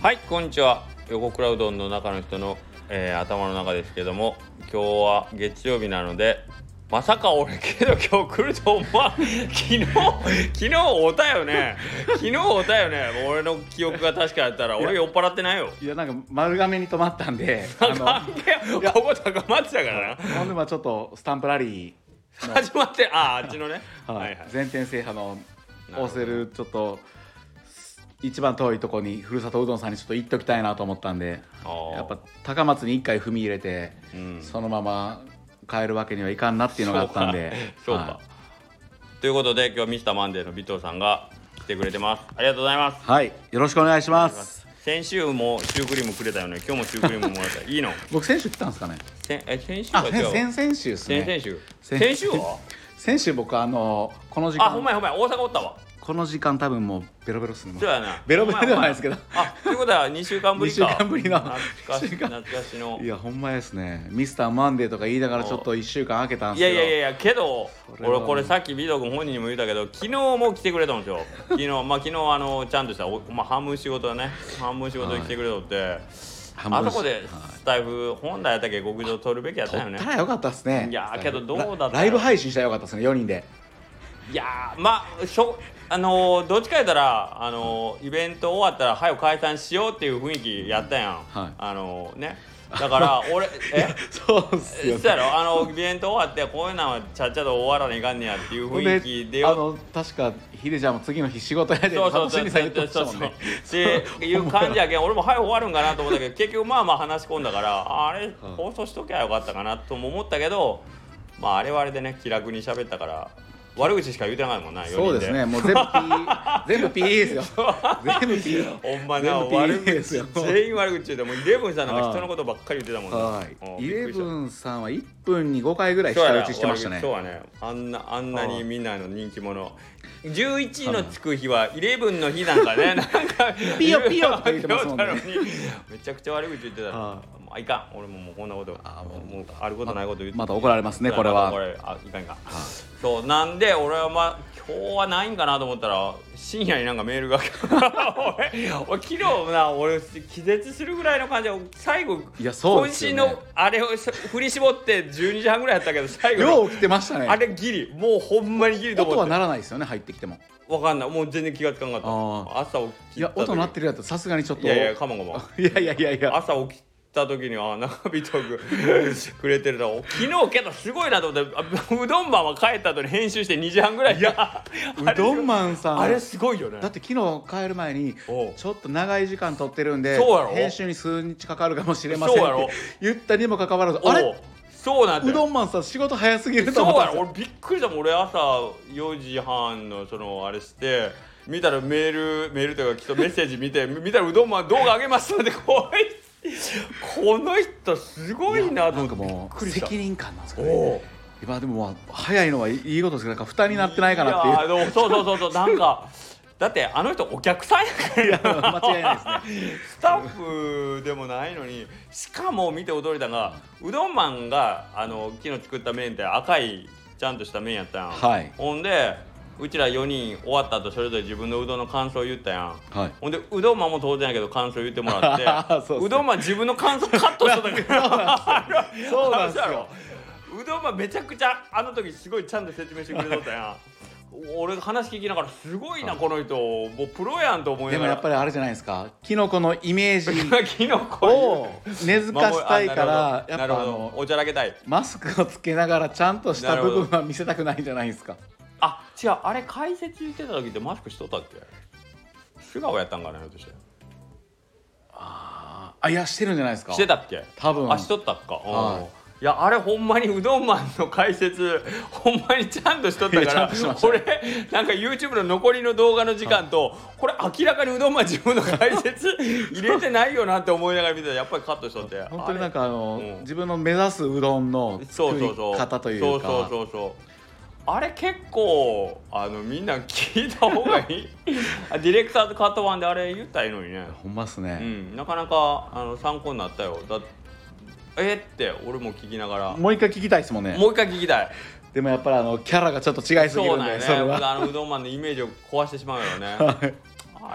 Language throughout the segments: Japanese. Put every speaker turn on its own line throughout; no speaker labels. はいこんにちは横倉うどんの中の人の、えー頭の中ですけども今日は月曜日なのでまさか俺けど今日来ると思わん 昨日昨日おたよね昨日おたよね俺の記憶が確かやったら俺酔っ払ってないよ
いやなんか丸亀に泊まったんで
なん
あ
かここ高まってたか
の
らな
ほんでまあちょっとスタンプラリーの、
始まってあああっちのね
はい
はいはい
全店制覇の
なるほど
オセルちょっと一番遠いとこにふるさとうどんさんにちょっと行っときたいなと思ったんで
あー
やっぱ高松に一回踏み入れて、
うん
そのまま帰るわけにはいかんなっていうのがあったんで
そうか、
は
ということで今日ミスターマンデーの尾藤さんが来てくれてますありがとうございます
い、はいよろしくお願いします
先週もシュークリームくれたよね今日もシュークリームもらったいいの
僕選手来たんですかね
先え先週
あ
は違う
先々週です
先々
ね
週
先
先週は
先週僕あのこの時
あほんま
間
やほんまや大阪おったわ
この時間多分もうベロベロっすねもう
そうやな
ベロベロではないですすけど
あということは2週間ぶりか
2週間ぶりの
懐かし
2週間
懐かしの
いやほんまですねミスターマンデーとか言いながらちょっと1週間空けたん
い
です
や
けど
いやいやいやけど
それは
俺これさっき尾藤君本人にも言ったけど昨日も来てくれたんですよ昨日まあ昨日あのちゃんとしたお、まあ、半分仕事だね半分仕事で来てくれとって、
半
あ
分
そこで
は
スタイフ本来やったっけ極上取るべきやっ
い
た
撮
よ
っ
ね
たらよかったですね
いやーけどどうだったの
ラライブ配信したらよかったですね4人で
いやーまあしょあのーどっちかやったら、あのーイベント終わったら早く解散しようっていう雰囲気やったやん、
はい
あのーねだから 俺え
そうっす
そ
よ
うやろあのイベント終わってこういうのはちゃっちゃと終わらないかんねやっていう
ほん
雰囲気で
であの確かヒデちゃんも次の日仕事やで
そうそう
楽
そ
し
う
み
そう
に
そ
さ
う
れてましたもんね
っていう感じやけん俺も早く終わるんかなと思ったけど結局まあまあ話し込んだからあれ放送しときゃよかったかなとも思ったけどまああれはあれでね気楽に喋ったから悪口しか言うてないもんな4人で
そうですねもう全 部 P 全部 P ですよ全部 P
ほんまな
全部 PA
悪
です
口
よ
全員悪口言うてもうイレブンさんなんか人のことばっかり言ってたもんな
はい
うん
イ
びっ
レ
くりした
ブンさんは1分に5回ぐらい
そうや
下
な
打ちしてましたね
そうやねあんなあんなにみんなの人気者11のつく日は11の日なん かねなんか
ピヨピヨって言ってますもんね
ピヨ ピヨなのにめちゃくちゃ悪口言ってた
は
もういかん俺ももうこんなこと
あもう
もうあることないこと言って
また怒られますねこれ
またこ
は
れあいかんいかんそうなんで俺はまあ今日はないんかなと思ったら深夜になんかメールが 俺俺昨日な俺気絶するぐらいの感じで最後
いやそうで
渾
すよ
身
ね
のあれを振り絞って12時半ぐらいやったけど最後の
よう起きてましたね
あれギリもうほんまにギリと
音
思っ
は
て
鳴らないですよね入ってきても
わかんないもう全然気がつかんかった
あ
朝起き
い
た
や音鳴って
る
るやつさすがにちょっと
いやいやかもかも
いやいやいやいや
朝起きた時には中尾とく くれてると昨日けどすごいなと思ってあうどんマンは帰った後に編集して2時半ぐらいに あ
う
れ
どんマンさん
あれすごいよね
だって昨日帰る前に
おう
ちょっと長い時間撮ってるんで
そうやろ
編集に数日かかるかもしれませんっ
そうやろ
て言ったにもかかわらず
おう
あれ
そうなんだ
う
よ
どんマンさん仕事早すぎると
そ
思
う
っ
や
たんです
ろ
よ
俺びっくりしたもん俺朝4時半のそのあれして見たらメールメールというかきっとメッセージ見て 見たらうどんマン動画上げますのでこいつこの人すごいなと
なん
思
か
っ
もう
てびっくりした
責任感なんですか
お
ね
う
今でもまあ早いのはいいことですけどなんか負担になってないかなっていう
いやーそうそうそうそうなんかだってあの人お客さんやか ら
間違いないですね
スタッフでもないのにしかも見て驚いたのがうどんマンがあの昨日作った麺って赤いちゃんとした麺やったやん、
はい
ほんでうちら4人終わった後それぞれ自分のうどんの感想言ったやん
はい
ほんでうどんマンも当然やけど感想言っても らって
そうっすね
うどんマン自分の感想カットしてたから
そうなんですよ
あれや ろうどんマンめちゃくちゃあの時すごいちゃんと説明してくれとったやん俺話聞きながらすごいなこの人もうプロやんと思い
で
な
も
が
や
ら
っぱりあれじゃないですかキノコのイメージ
りキノコ
を根付かしたいから
や
や
っ
っぱ
ぱあ
あ
の
の
おちゃらけたい
マスクをつけながらちゃんとした部
なる
分は見せたくないんじゃないですか
あ違うあれ解説言ってた時ってマスクしとったっけ素顔やったんかなひょっとして
あいやしてるんじゃないですか
してたっけ
多分
あしとったっか、うん
はい
い、やあれほんまにうどんマンの解説 ほんまにちゃんとしとった
いや
か
ちゃ
ら
んとしました
これなんか YouTube の残りの動画の時間と、これ明らかにうどんマン自分の解説 入れてないよなって思いながら見てたらやっぱりカットしとって
本当になん
あ
かあの、
うん
自分の目指すうどんの
れそ
作り
うそうそう
方というか
そうそうそうそうあれ結構あのみんな聞いた方がい いあディレクターとカット版であれ言ったらいいのにね
ほんまっす
う
ね、
んなかなかあの参考になったよだえって俺も聞きながら
もう一回聞きたいですもんね
もう一回聞きたい。
でもやっぱりあのキャラがちょっと違いすぎ
そう
るん
なん
で
よ
そ
ね。
れは
あのうどんマンのイメージを壊してしまうよね。あ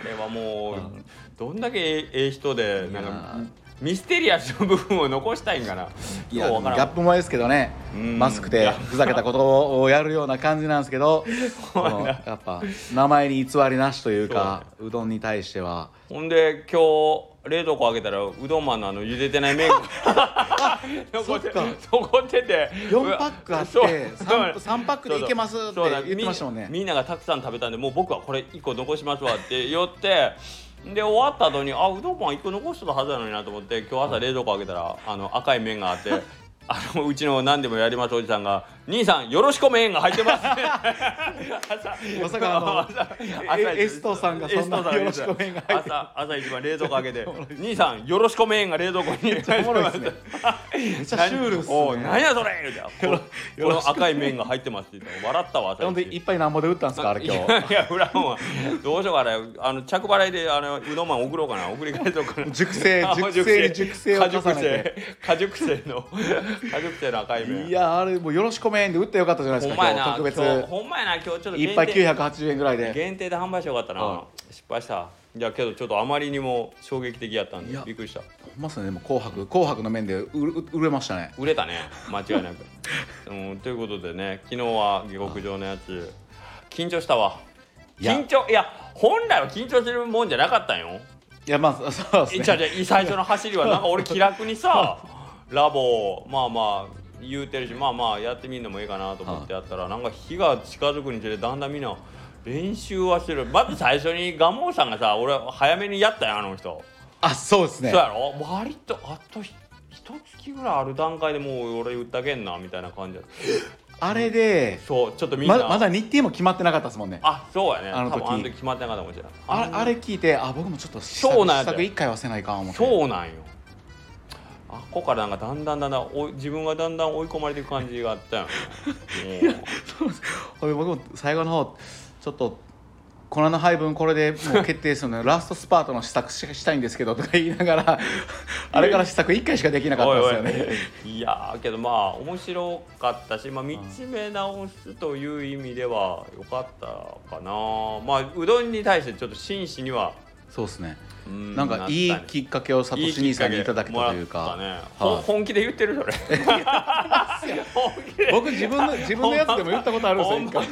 れはもうどんだけええええ人で
い
な
や
んかミステリアスの部分を残したいんかな。
いや
よう
ガ
わからん
ップもあれですけどね
うん
マスクでふざけたことをやるような感じなんですけどこのやっぱ名前に偽りなしというかうどんに対しては
ほんで今日冷凍庫開けたらうどんまんのあの茹でてない麺が 残っ
そっ
て
か
残ってて
4パックあって
そう
3, パックでいけますって
そうだ
言ってましたもんね
みみんながたくさん食べたんでもう僕はこれ1個残しますわって言ってで終わった後にあうどんパン1個残してたはずなのになと思って今日朝冷蔵庫開けたらあの赤い麺があってあのうちの何でもやりますおじさんが「兄さんよろしく麺が入ってます」 朝
まさかあの
朝
えエストさんがそんな
エストさ
よろしく麺が入って
朝朝一番冷蔵庫開 けて「兄さんよろしく麺が冷蔵庫に入ってます」
おもろいっすねめっちゃシュールっすね
おう何やそれ!」みたいなこ「こ
よろしく
の赤い麺が入ってます」って言ったら笑ったわ朝
ほんで
一
いっぱいなんぼで打ったんですかあれ今
い
日
やいやフランはどうしようかなあの着払いであのうどんまん送ろうかな送り返そうかな
熟成
あ
熟成に熟成を重ねて
果熟成果熟成の 果熟成の赤い麺
いやあれもうよろしくめんで打ってよかったじゃない
ほ
で
ん
す
ま
か
や
今日
な
特別
今日ほんまやな今日ちょっと
一杯
限定
980円ぐらいで
限定で販売してよかったな、
は
失敗したいやけどちょっとあまりにも衝撃的やったん
い
で
や
びっくりした
ほんまっすねでも紅白紅白の面でうう売れましたね
売れたね間違いなく、うん、ということでね昨日は下克上のやつ緊張したわ
いや
緊張いや本来は緊張するもんじゃなかったんよ
いやまあそうです
え
ね
じゃあじゃあ最初の 走りはなんか俺気楽にさラボまあまあ言うてるしまあまあやってみるのもいいかなと思ってやったらなんか日が近づくにつれだんだんみんな練習はしてるまず最初に蒲生さんがさ俺早めにやったよあの人、
あそうですね
そうやろ割とあとひ一月ぐらいある段階でもう俺言ったげんなみたいな感じだった
あれで
そうちょっとみんな、
ままだ日程も決まってなかったですもんね
あそうやね
あの時
多分あの時決まってなかったかもしれない
ああれ聞いてあ僕もちょっと試
そう
作
なんや
試作一回はせないかん思って
そうなんよあっこからなんかだんだんだんだんおい自分がだんだん追い込まれていく感じがあったよねもう
ほいで僕も最後の方ちょっとこの配分これでもう決定するの でラストスパートの試作ししたいんですけどとか言いながらあれから試作1回しかで きなかったんですよね
おいおいいやーけどまあ面白かったし、まあ、見つめ直すという意味では良かったかなまあうどんに対してちょっと真摯には
そうですね
う
なんかいい
ったね
きっかけをさとし兄さんにいただけたというか
もらったね
はい
ほん本気で言っ てるそれ本気で
僕自分の自分のやつでも言ったことあるんですよ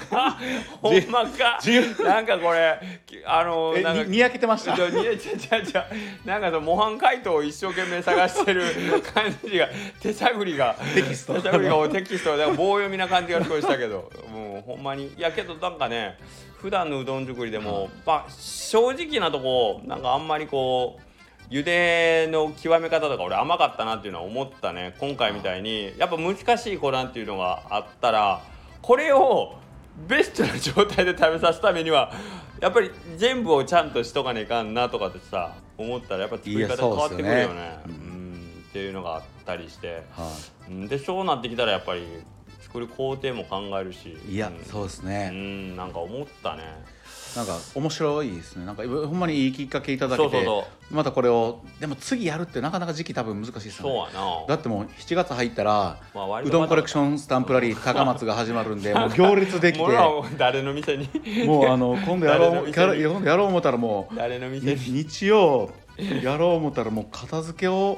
ほん
一
ま
回
かほんまかなんかこれきあのなんか
えににやけてました
ちょにやちゃちゃちゃなんかその模範解答を一生懸命探してる感じが手探りが
テキスト
手探りがテキストで棒読みな感じがすごいしたけどもうほんまにいやけどなんかね普段のうどん作りでも、まあ、正直なとこなんかあんまりこう茹での極め方とか俺甘かったなっていうのは思ったね今回みたいにやっぱ難しい子なんていうのがあったらこれをベストな状態で食べさすためにはやっぱり全部をちゃんとしとかねいかんなとかってさ思ったらやっぱ作り
い
方
や
変わ
そ
っ
うで
てく
す
る
よ
よ
ね
ねう
うん
んっていうのがあったりして
は
うんでそうなってきたらやっぱり作る工程も考えるし
いいや
うん
そうです
う
ね
んなんか思ったね
なんか面白いですねなんかほんまにいいきっかけいただけ
そう
て
そう
またこれをでも次やるってなかなか時期多分難しいですよ
そう
ね
やな
だってもう7月入ったら、
まあ割と
うどんコレクションスタンプラリー高松が始まるん でもう行列できて
も
も
ろ誰の店に
うあの今度やろう
誰
今
の店に
度やろう思ったらもう
誰の店
に
に
日曜 やろう思ったらもう片付けを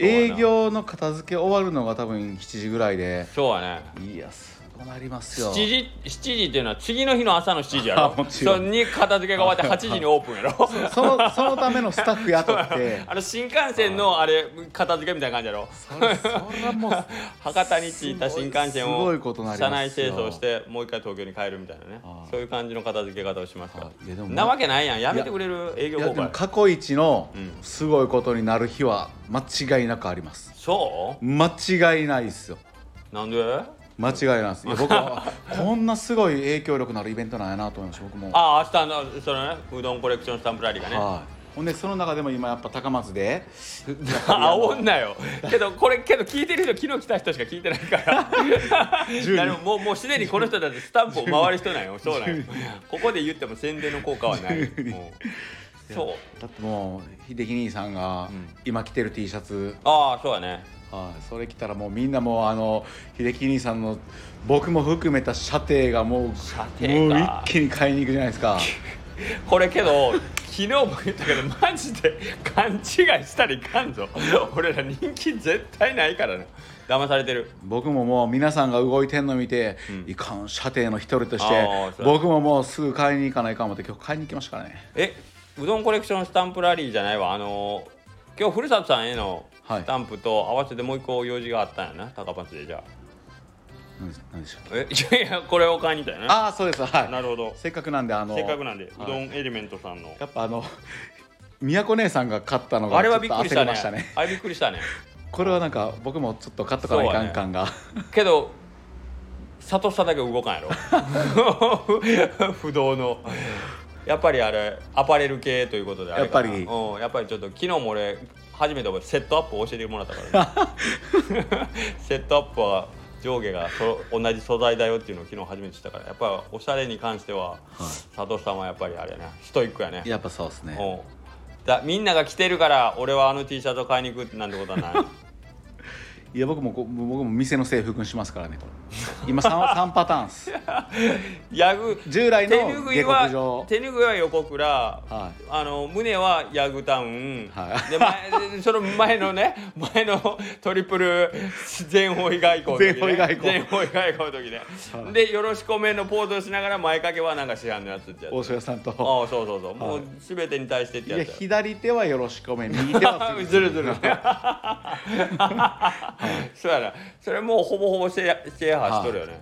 そうやな
営業の片付け終わるのが多分7時ぐらいで
そうやね
いやすごなりますよ
7時7時っていうのは次の日の朝の7時や
あも
ろ
ちろ
そ
ん
れに片付けが終わって8時にオープンやろ
そのそのためのスタッフ雇って
あの新幹線のあれ片付けみたいな感じやろ
それそれはもう
博多に着いた新幹線
すご
を
いことなりますよ
車内清掃してもう一回東京に帰るみたいなね
ああ
そういう感じの片付け方をしますから
あいやでも
なわけないやんやめてくれる営
い
業
や
妨
でも
害
過去一の
うん
すごいことになる日は間違いなくあります
そ
間違いないですよ
うなんで
間違いないですいや僕 はこんなすごい影響力のあるイベントなんやなと思いました僕も
ああ明日のそのねうどんコレクションスタンプラリーがね
はいほんでその中でも今やっぱ高松 で
煽んなよけどこれけど聞いてる人昨日来た人しか聞いてないから
人
なるほどもうもうすでにこの人だってスタンプを回る 人なんよそうなんよここで言っても宣伝の効果はないもうそう
だってもう秀樹兄さんが
うん
今着てる T シャツ、
ああそうやね
はいそれ着たらもうみんなもうあの秀樹兄さんの僕も含めた射程がもう
射程か
もう一気に買いに行くじゃないですか
これけど昨日も言ったけどマジで勘違いしたらいかんぞ俺ら人気絶対ないからね騙されてる
僕ももう皆さんが動いてんの見て、いかん射程の一人とし
あ
て
ーそう
僕ももうすぐ買いに行かないかん思って今日買いに行きましたからね
えうどんコレクションスタンプラリーじゃないわあのー今日ふるさとさんへの
はい
スタンプと合わせてもう一個用事があったんやな高松でじゃあ
なんなんでしょう
え いやいやこれを買いに行ったんやな
ああそうですはい
なるほど
せっかくなんであの
せっかくなんでう
はい
どんエレメントさんの、
やっぱあの 宮子姉さんが勝ったのが
あれ
ちょ
は
っ
び
と
っくりし
焦
た
り
ね
ましたね
あれびっくりしたね
これはなんか僕もちょっと勝っとかないかん感が、
けど諭しただけ動かんやろ 不動のやっぱりあれアパレル系ということであれかな
やっぱり
うん、やっぱりちょっと昨日も俺初めて俺セットアップを教えてもらった から、ね、セットアップは上下がそ同じ素材だよっていうのを昨日初めて知ったからやっぱりおしゃれに関しては佐藤さんはやっぱりあれやねストイックやね
やっぱそうですね
うんだみんなが着てるから俺はあの T シャツを買いに行くなんてことはない
いや僕もこ僕も店の制服にしますからねこれ今 3, 三パターンっす
ヤグ
従来の
手ぬぐ
下
い
克上
は手ぬぐいは横倉、
はい
あの胸はヤグタウン、
はい
で前その前のね 前のトリプル全方位外交の時、ね、
全方位外交
全方位外交の時ね、
はい
でよろしくおめのポーズをしながら前掛けはなんか市販のやつってやつ
大塩さんと
ああそうそうそう、も
は
う
い
全てに対してって
い
や
や
つや
左手はよろしくおめ右手は
ずるずるそうやなそれもうほぼほぼシェアシェアしとるよね、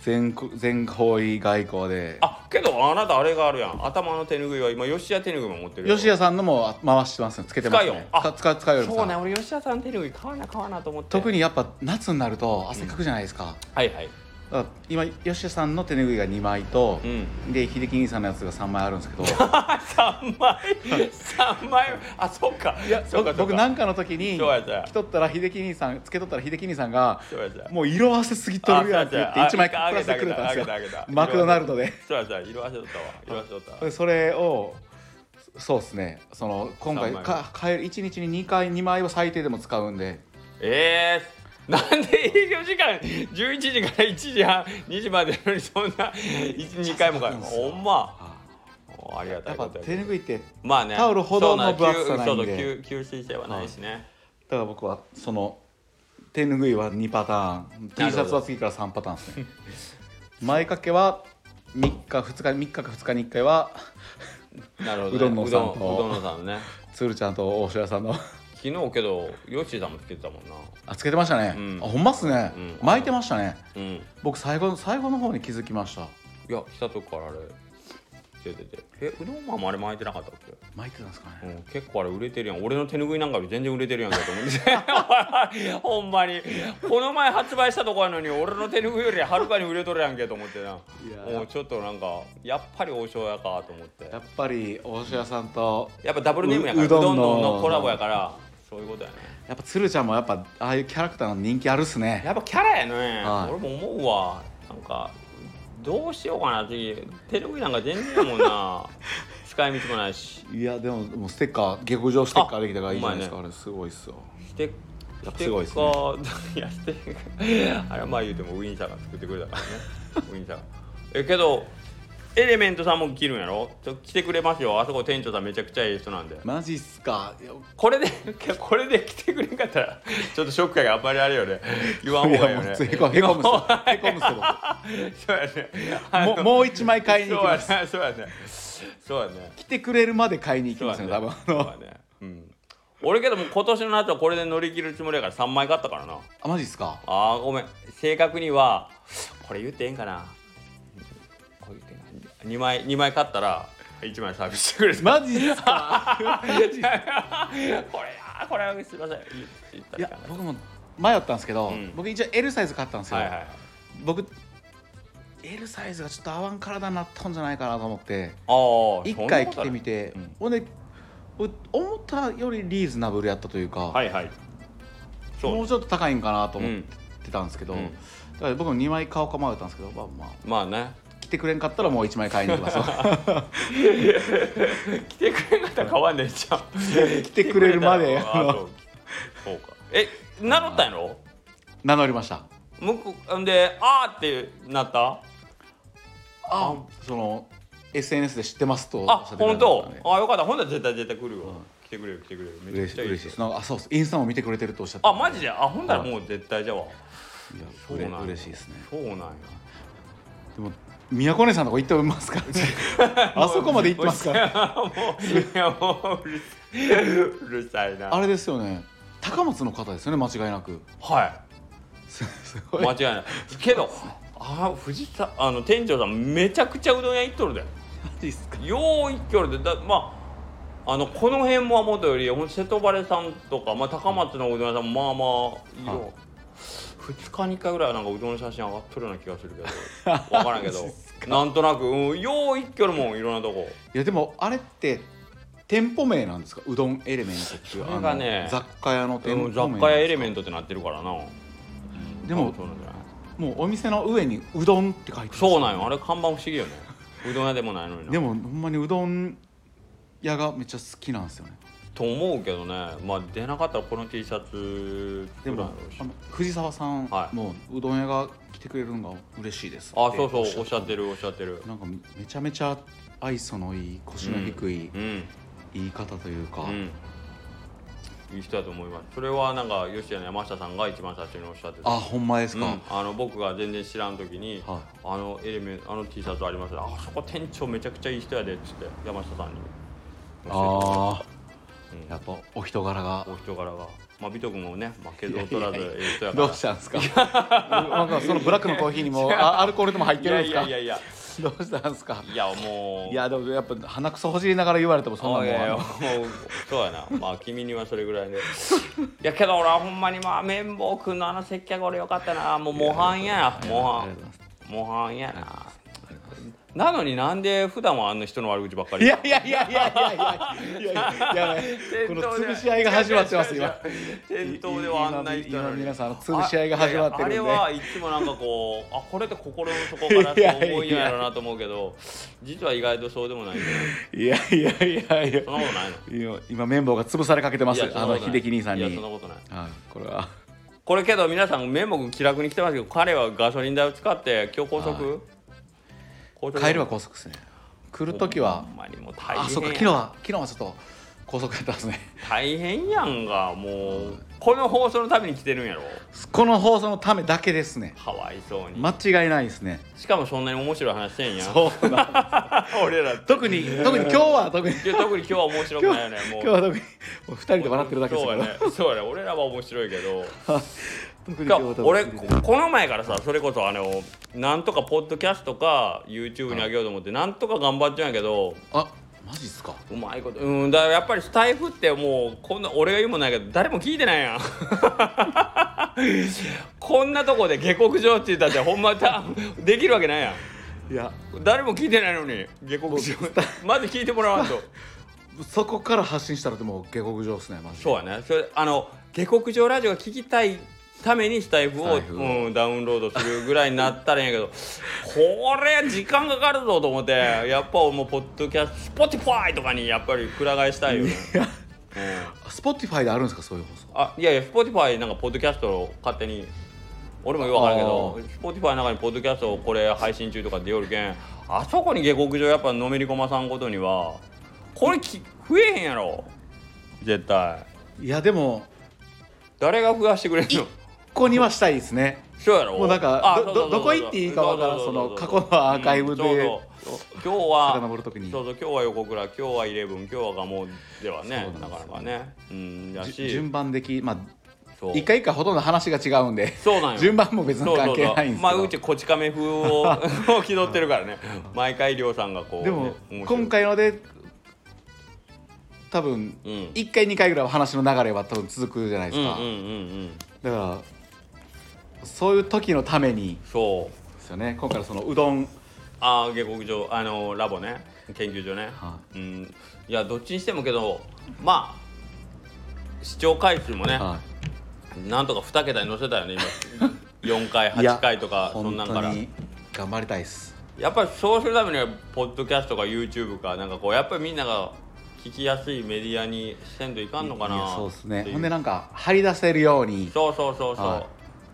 全国全方位外交で
あけどあなたあれがあるやん頭の手ぬぐいは今吉谷手ぬぐいも持ってるよ
吉谷さんのも回してますねつけてます
使いよ
ね
あ
使使使うよりも
そうね
さ
俺吉田さん手ぬぐい買わな買わなと思って
特にやっぱ夏になると汗かくじゃないですか,、
はいはい
だから今吉谷さんの手拭いが2枚と、
う
で秀樹兄さんのやつが3枚あるんですけ ど
あ3枚3枚あそっかいやそっか
僕僕
な
なんかの時に
そうやそうや
着とったら秀樹兄さんつけとったら秀樹兄さんが
そうやそうや
もう色あせすぎとるやんって言って
あ
1
そう
枚
やそ
プ
うや
ラスでくれたんですよ
あげたあげたあげ た
マクドナルドで
そうやそうや色あせとったわ色あせとっ たわ
それをそうですねその今回
三枚
か買える1日に2回2枚を最低でも使うんで
えー、なんで営業時間11時から1時半2時までなのにそんな12回もか
そうなんです
ほ
よ
んまおありがた
やっ
い
ぱ
こと
手
や
拭いって
まあね
タオルほどの分厚さないんで
そうそう吸吸水性はないしね、
だから僕はその手拭いは2パターン
ほど
T シャツは次から3パターンですね 前掛けは3日2日3日か2日に1回は
なる
う
ほど、ね、
どんのさんと
うどんうどんのさんね
つるちゃんと大城さんの
昨日けどヨッシーさんもつけてたもんな
あつけてましたね、
うん
あほんまっすね、
うん
巻いてましたね
うんい
僕最後の最後の方に気づきました
や来たとこからあれ出ててえうどんまんもあれ巻いてなかったっけ
巻いてたんですかね、
うん、結構あれ売れてるやん俺の手拭いなんかより全然売れてるやんけと思って ほんまにこの前発売したとこやのに俺の手拭いよりはるかに売れとるやんけと思ってない
や
もうちょっとなんかやっぱり王将やかと思って
やっぱり大城さんと
やっぱダブルネームやから
うう
う
どんの
どんののコラボやからそういうことやね
やっぱつるちゃんもやっぱああいうキャラクターの人気あるっすね
やっぱキャラやね、
はい
俺も思うわなんかどうしようかな次手拭いなんか全然や もんな使い道もないし
いやでももうステッカー下克上ステッカーできたからいいじゃないですか
あ
あれすごいっすよ
して
やっぱすごいっすね
いやしてあれはまあ言うてもウィンさんが作ってくれた からねウィンさんがえけどエレメントさんも着るんやろちょ来てくれますよあそこ店長さんめちゃくちゃいい人なんで
マジっすかいや
これで これで来てくれんかったらちょっとショックやがあんまりあれよね言わん
い
ほうがいい
やも
よ
う
ね
へこへこむっすよへこむっすよ
そうやねあの
僕ももう一枚買いに行きます
そうやねそうやねそうやね
来てくれるまで買いに行き
そう
ま
や
す
ね
ね多分あ
そう
の
やねうん俺けども今年の夏はこれで乗り切るつもりやから3枚買ったからな
あマジっすか
あーごめん正確にはこれ言ってええんかなこれ言ってええんかな2枚二枚買ったら1枚サービスしてくれた
マジっすか
これあーこれはすいません言った
い
らい
や
かんか
僕も迷ったんですけど、
ん
僕一応 L サイズ買ったんですよ、
はいはい
僕 L サイズがちょっと合わん体になったんじゃないかなと思って
あー
一回着てみて
そんなこ
ほんでう思ったよりリーズナブルやったというか、
とないはいはいそう
もうちょっと高いんかなと思ってたんですけど、
うんうん
だから僕も2枚買おうか迷ったんですけど、まあまあ、
まあね
来てくれんかったらもう1枚買いに行きますよ
来てくれんかったら買わんでいいじゃん来
てくれるまで
てくれたらあそうそうかえ名乗ったんやろ
名乗りました
向こうんであーってなった
あその L SNS で知ってますとおっし
あ
ゃってくれ
本
まし
当
たね
あよかったほんと絶対絶対来るよ、来てくれる来てくれるめ
嬉
っ
し
ちゃ
い
いい
嬉しいですなんかあそうですインスタも見てくれてるとおっしゃって
あマジであほんならもう絶対じゃわ
いや
そうう
れ
なんや
嬉しいですね
そうなんや
でも宮古根さんのとこ行ってますから ねあそこまで行ってますから
らもういやもううるさいうるさいな
あれですよね高松の方ですよね間違いなく
はい
すすごい
間違いないけどあ藤田あの店長さんめちゃくちゃうどん屋行っとるで
ですか
よう行っとるでだまああのこの辺ももとよりほんと瀬戸原さんとか、まあ、高松のうどん屋さんもまあまあよう、2日に1回ぐらいはなんかうどんの写真上がっとるような気がするけど 分からんけどなんとなく、うん、よう行っとるもんいろんなとこ
いやでもあれって店舗名なんですかうどんエレメントっていう
それがね
あの雑貨屋の店舗名
うん雑貨屋エレメントってなってるからな
でも
そうなんじゃない
もうお店の上にうどんって書いてます
そうなんよあれ看板不思議よねうどん屋でもないのにな
でもほんまにうどん屋がめっちゃ好きなんですよね
と思うけどねまあ出なかったらこの T シャツ
で
ぐらい
も
やろうし
あの藤沢さん
はい
もううどん屋が来てくれるのが嬉しいです
あそうそう
って
おっしゃってるおっしゃってる
なんかめちゃめちゃ愛想のいい腰の低い
うん
言い方というか、
うんいい人だと思いますそれはなんか吉谷の山下さんが一番最初におっしゃってた
あほんまです
うん
か、
あの僕が全然知らん時に
はい
「あのエレメンあの T シャツありますねあそこ店長めちゃくちゃいい人やで」っつって山下さんに
ああ
うん
やっぱお人柄が
お人柄がまあ美徳もね負けず劣らずええ人やから
どうしたんですかなんかそのブラックのコーヒーにもあアルコールでも入っ
い
てるん
や
で
い
すか
やいやいや
どうしたんですか
いやもう
いやでもやっぱ鼻くそほじりながら言われてもそんなもん
いやいや
は
もうそうやなまあ君にはそれぐらいで いやけど俺はほんまにまあ綿棒くんのあの接客俺よかったなもう模範や模
ありがとうござ
範
います
模範やななのになんで普段はあの人の悪口ばっか
い
り
やいやいやいやいやいやいやいやいやばいこの潰し合いが始まってます今
店頭ではあんな人なの
今
に
皆さんあの潰し合いが始まってるんで
あいやいやあれはいつもなんかこうあこれって心の底からそう思うんやろなと思うけど実は意外とそうでもないんだよ
いやいやいや いや
そんなことないの
今今綿棒が潰されかけてます
いやそ
あ
んな
の
ことな
秀
い
樹兄さんに
いやそんなことない
はいこれは
これけど皆さん面目気楽に来てますけど彼はガソリン代を使って今日高
はい
速高速
帰るは高速ですね来る時は
ほんまにもう大変
あそうか昨日は昨日はちょっと高速やったんですね
大変やんがもうこの放送のために来てるんやろ
この放送のためだけですね
かわいそうに、
間違いないですね
しかもそんなに面白い話せんやん
そうだ
俺ら
特に特に今日は特に
いや特に今日は面白くないよね
今
もう
日は特にもう2人で笑ってるだけです
そ
か
う
ら
やねそうやね俺らは面白いけど
特に
いや
今日は特に
俺ここの前からさそれこそあのなんとかポッドキャストか YouTube にあげようと思って、なんとか頑張っちゃうんやけど
あマジっすか
うまいことうんだからやっぱりスタイフってもうこんな俺が言うもんないけど誰も聞いてないやん こんなとこで下克上って言ったってほんまたできるわけないや
いや
ん誰も聞いてないのに下克上まず聞いてもらわんと
そこから発信したらでも下克上ですねマジで
そうやねそれあの下克上ラジオが聞きたいためにスタイフを
スタイフを
うん、ダウンロードするぐらいになったらいいんやけどこれ時間かかるぞと思ってやっぱもうポッドキャスト Spotify とかにやっぱりくら替えしたいよね。うん
あ Spotify であるんですかそういう放送
あいやいや Spotify なんかポッドキャストを勝手に俺もよくわからんけど Spotify の中にポッドキャストをこれ配信中とか出よるけんあそこに下克上やっぱのめり込まさんことにはこれき増えへんやろ絶対
いやでも
誰が増やしてくれるの
ここにはしたいですね
そうやろ
もうなんか
あ
ど
そう
ど
そうそう
どこ行っていいかわからん
そうそうそう
その過去のアーカイブで
うんそうそう今日は
遡るときに
そうそう今日は横倉今日はイレブン今日はガモではね
そうな
なんか
です
な
よ
かねうんだ
じ
し
順番できまあ
そう
一回一回ほとんど話が違うんで
そうなんよ
順番も別に
そうそ
関
うそ
係
う
ないんですけど
まあうちこち亀風をを気取ってるか らね毎回亮さんがこう、ね、
でも
面白い
今回ので多分
うん
1回2回ぐらいは話の流れは多分続くじゃないで
うん
す
うん
か、
うんうん
だからそういう時のために
そう
ですよね今回のそのうどん
ああ下克上あのラボね研究所ね、
は
うんいやどっちにしてもけどまあ視聴回数もね、
は
なんとか2桁に乗せたよね 今4回
いや
8回とかそんなんから
本当に頑張りたいです
やっぱりそうするためにはポッドキャストか YouTube かなんかこうやっぱりみんなが聞きやすいメディアにせんといかんのか
い
な
やそうですね
ってい
ほんでなんか張り出せるように
そうそうそうそう、
はい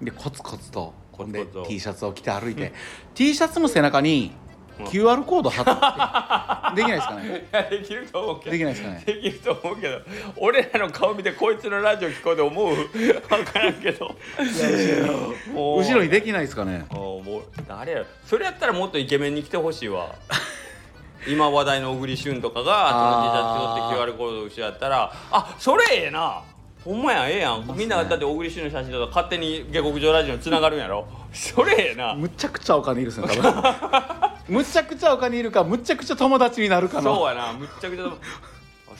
でコツコツとほ
コツコツ
ん
と
で T シャツを着て歩いて T シャツも背中に QR コード貼ってできないですかね
いやできると思うけど
できないですか ね
できると思うけど俺らの顔見てこいつのラジオ聞こうと思う 分からんけどもう
後ろにできないですかね
あーもう誰やろそれやったらもっとイケメンに来てほし いわ今話題の小栗旬とかがその T シャツ取って QR コードを後ろやったらあそれええなほんまやええやん、みんなだって小栗旬の写真とか勝手に下克上ラジオにつながるんやろそれええな
むちゃくちゃお金いるっすね多 分むちゃくちゃお金いるかむちゃくちゃ友達になるか
そう
の
やなむっちゃくちゃあ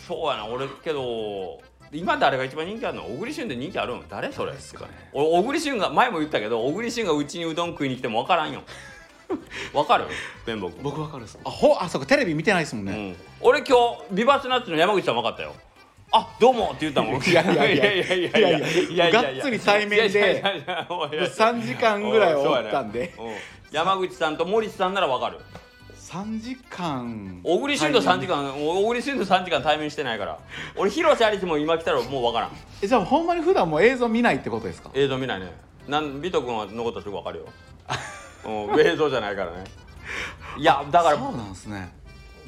そうやな俺けど今誰が一番人気あるの小栗旬で人気あるん誰それ
ですかね
俺小栗旬が前も言ったけど小栗旬がうちにうどん食いに来ても分からんよ 分かる綿棒君
僕わかるっすあほあそうかテレビ見てないですもん
う
ね、
ん、俺今日ビバスナッツの山口さん分かったよあどうもって言ったもん
いやいやいや
いやいやいやいやいや
がっつり対面で
いやいやいやおい
3時間ぐらいはおったんで
そうやねうん山口さんと森さんなら分かる
3時間
小栗旬と3時間小栗旬と3時間対面してないから俺広瀬アリスも今来たらもう分からん
えじゃあほんまに普段もう映像見ないってことですか
映像見ないねなんビト君はのことすぐ分かるようん映像じゃないからねいやだから
そうなんですね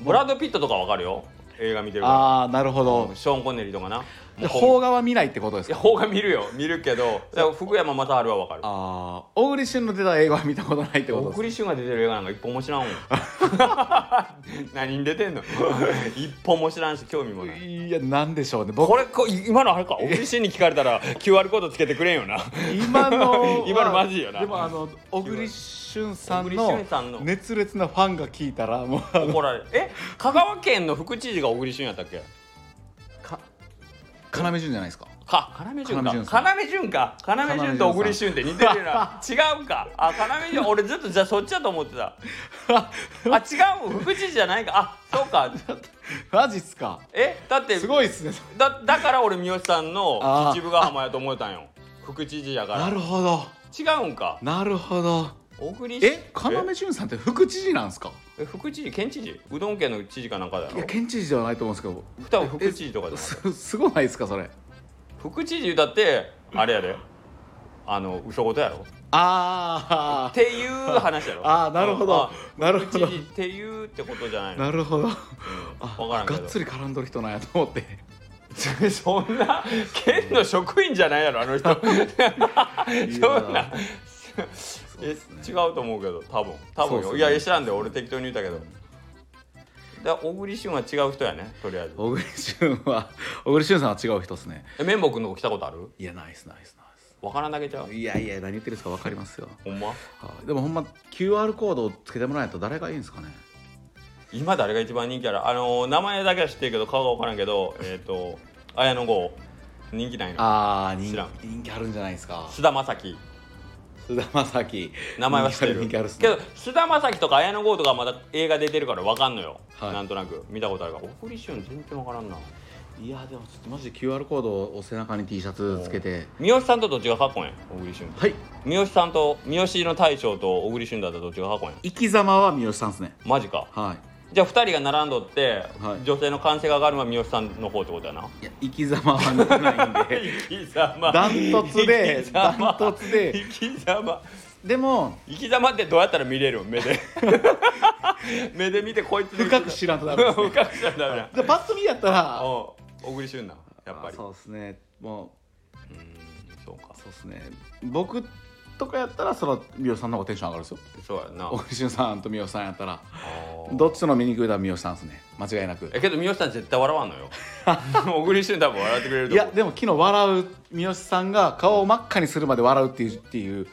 ブラッド・ピットとか分かるよ映画見てるか
ああなるほ
ら
ど
ショーン・コネリーとかな
じゃあ
もう
邦画は見ないってことです
いや
か
邦画見るよ見るけどだから福山雅治は分かる
ああ小栗旬の出た映画は見たことないってこと
小
です
栗旬が出てる映画なんか一本も知らんもん何に出てんの一本も知らんし興味もない
いやなんでしょうね僕
これこ今のあれか小栗旬に聞かれたら QR コードつけてくれんよな
今の
今のマジよな
でもあの小栗旬さん
小
の
栗旬さんの
熱烈なファンが聞いたらもうあの
怒られるえ香川県の副知事が小栗旬やったっけ
か要潤じゃないですか
か要潤か
要潤さん
要潤か要潤と小栗旬って似てるよな違うかあ要潤俺ずっとじゃあそっちだと思ってたあ違う副知事じゃないかあそうか
マジっすか
えだって
すごいっすね
だだから俺三好さんの
あー
秩父ヶ浜やと思えたんよ副知事やか
な
ら
るほど
違うんか
なるほど
小栗旬
え要潤さんって副知事なんですか
え副知事県知事うどん県の知事かなんかだ
いや
ろ
県知事ではないと思うんですけど
双子副知事とかじゃない
すすごないですかそれ
副知事だってあれやであの嘘事やろ
あ
っていう話やろ
あーなるほど
あ
なる
副
ほ
知
ど
事っていうってことじゃない
あ
の
なるほど
うん、分から
あ
んけ
が
ど
っつり絡んどる人なんやと思って
そんな県の職員じゃないやろあの人 そんなえ違うと思うけど多分多分
そうっす
よ、
ね
いやいや知らんで俺適当に言ったけどだから小栗旬は違う人やねとりあえず
小栗旬は小栗旬さんは違う人ですね
え綿棒君のとこ来たことある
いやナイスナイスナ
わからんだけちゃう
イスいやいや何言ってるんですか分かりますよ
ほんま
はいでもほんま QR コードをつけてもらえないと誰がいいんですかね
今誰が一番人気やらあのー名前だけは知ってるけど顔がわからんけどえっ、と綾野剛人気ないの
ああ人
知らん
人気あるんじゃないですか
菅田将暉
菅田将暉
名前は知ってる
人気あるっす
け
ね
ど菅田将暉とか綾野剛とかまだ映画出てるからわかんのよ、
はい
なんとなく見たことあるから小栗旬全然わからんない
やでもちょっとマジで QR コードを背中に T シャツつけて
三好さんとどっちがかっこええん小栗旬
はい
三好さんと三好の大将と小栗旬だったらどっちがかっこええん
生き様は三好さんですね
マジか
は
じゃあ2人が並んどって、
はい
女性の歓声が上がるのは三好さんの方ってことやない
いや生き様は似てないんで
生き様
ダントツで
生き
ダ
様
ントツで
生き様
でも
生き様ってどうやったら見れるん 目で目で見てこいつの
深く知らんとダメですね
深くしちゃダメだ
でパッと見やったら
おう小栗旬なやっぱ
あ
り
そうですねも
うーんそうか
うそうですね僕とかやったらその三好さんの方がテンション上がるんですよ
そうやな
小栗旬さんと三好さんやったら
あー
どっちの見にくいのは三好さんですね間違いなく
えけど三好さん絶対笑わんの よ小栗旬多分笑ってくれる
い
と思
や
う
でも昨日笑う三好さんが顔を真っ赤にするまで笑うっていうっていう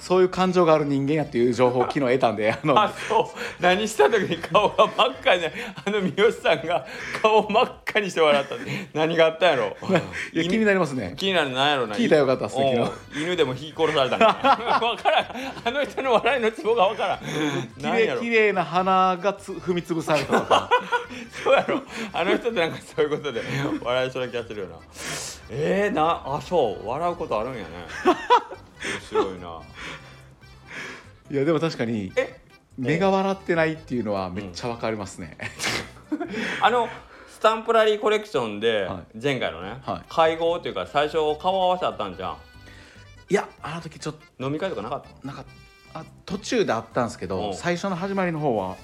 そういう感情がある人間やっていう情報を昨日得たんであの
あそう何した時に顔が真っ赤にあの三好さんが顔を真っ赤にして笑ったって何があったんやろ
いや気になりますね
気になるなんやろな
聞いたらよかったっすね
うん
昨
犬でも引き殺された んかな分からんあの人の笑いのツボが分からん
綺
なんや
麗
ろ
綺麗な鼻がつ踏み潰されたとか
そうやろあの人ってなんかそういうことで笑いそうな気がするよなえー、なあそう笑うことあるんやね面白いない
やでも確かに
え
目が笑ってないっていうのはめっちゃわかりますね、
あのスタンプラリーコレクションで
は
前回のね、
はい
会合というか最初顔合わせあったんじゃん
いやあの時ちょっ
飲み会とかなかった
となんかあ途中であったんですけ
お
ど
う
最初の始まりの方は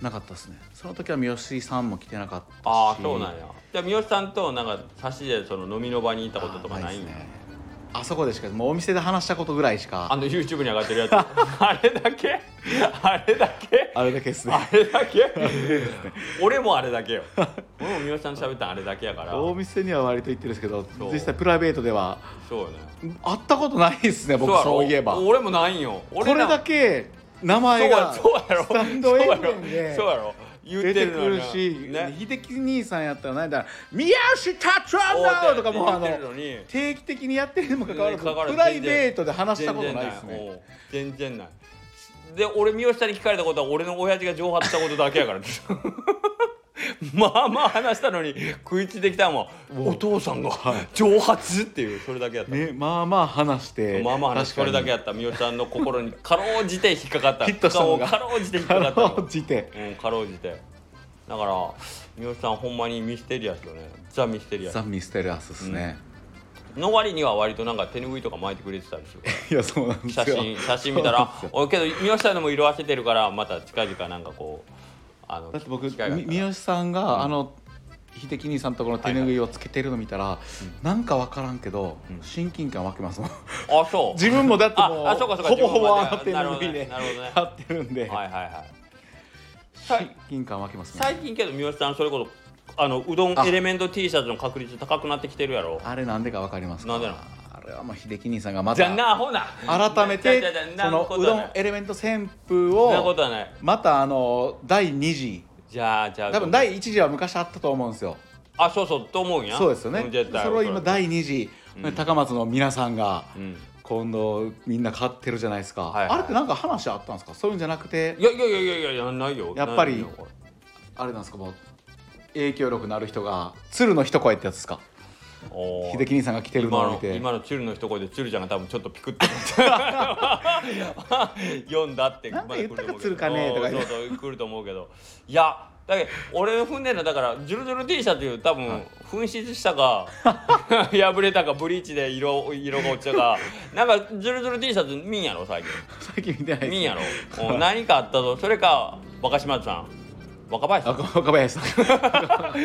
なかったですねその時は三好さんも来てなかったし
ああそうなんやじゃあ三好さんとなんか差しでその飲みの場に行ったこととかないんや
あーっすねあそこでしかもうお店で話したことぐらいし
あ
か
の YouTube に上がってる やつあれだけあれだけ
あれだけですね
あれ だけ俺もあれだけよ俺も三好さんと喋ったんあれだけやから
お店には割と行ってるんですけど
そう
実際プライベートでは
そうよね
会ったことないですね僕
やろ
そういえばこ
俺もないんよ俺
れ
な
だけ名前がス
そうやろそう
タ
やろ
ンド M で
そうやろ言って
出て
る
く
のに
る
な
し
ね
秀樹兄さんやったら何だろう宮下達郎とかもうあ
言って
の
るのに
定期的にやってるにもかかわらず
かかわらず
プライベートで話したことないですね
全然ないおう全然ないで俺三好さんに聞かれたことは俺の親父が蒸発したことだけやから まあまあ話したのに食いついてきたもんお父さんが蒸発っていうそれだけやった、
ねまあまあ話して
まあまあ
確
話
か
そ
に
れだけやった三好さんの心にかろうじて引っかかった
ヒットしたのが
かろうじて引っかか
か
ったの
ら落ちて
うん、かろうじてだから三好さんほんまにミステリアスよねザ・ミステリアス
ザ・ミステリアスですね、
の割には割となんか手拭いとか巻いてくれてたりするから
いやそうなんです
写
よ
真写真見たら「おいけど三好さんのも色あせてるからまた近々なんかこうあの
だって僕み
機会があっ
三好さんが、あの秀樹兄さんとこの手拭いをつけてるの見たら、なんか分からんけど、
うん
親近感湧きますもん
たらあそう
自分もだってもう
ああそうかそうか
ほぼほぼ
自
手
分もね
拭いで
なるほどね
やってるんで、
はいはいはいさ
親近感湧きますね
最近けど三好さんそれこそあのうどんエレメント T シャツの確率高くなってきてるやろ
あれなんでか分かりますか
なんでなん
あれはもう秀樹兄さんがま
じゃあ
た
なほな
改め
じゃあじゃあ
て
じゃ
そ
あなん
の
こと
う
は
ど
ない
んエレメント旋風
そんなこ
を
とはない
またあの第2次
じゃあじゃあ
多分第1次は昔あったと思うんですよ
あそうそうと思うんや
そうですよね
ん絶対
それを今第2次、
うん
高松の皆さんが
うん
今度みんな買ってるじゃないですか、
はいは
あ
い
れってなんか話あったんですかそういうんじゃなくて
いやいやいやいやいやないよ
やっぱり
ないよこれ
あれなんですかもう影響力のある人が鶴の一声ってやつですか
おー
秀樹兄さんが来てるのを
今
見
の
て
今のチュルの一声でチュルちゃんが多分ちょっとピクって なって読んだって
なんか
まだ来ると思うけ
言っ
ど
たか鶴かねとか
そ
言
う
っ
そう来ると思うけどいやだけど俺の踏んでるのだからジュルジュル T シャツいう多分紛失したか 破れたかブリーチで色色が落ちたかなんかジュルジュル T シャツ見んやろ最近。
最近見てない
見ん
です
やろお何かあったぞそれか若島津さん若林さん
若若林さん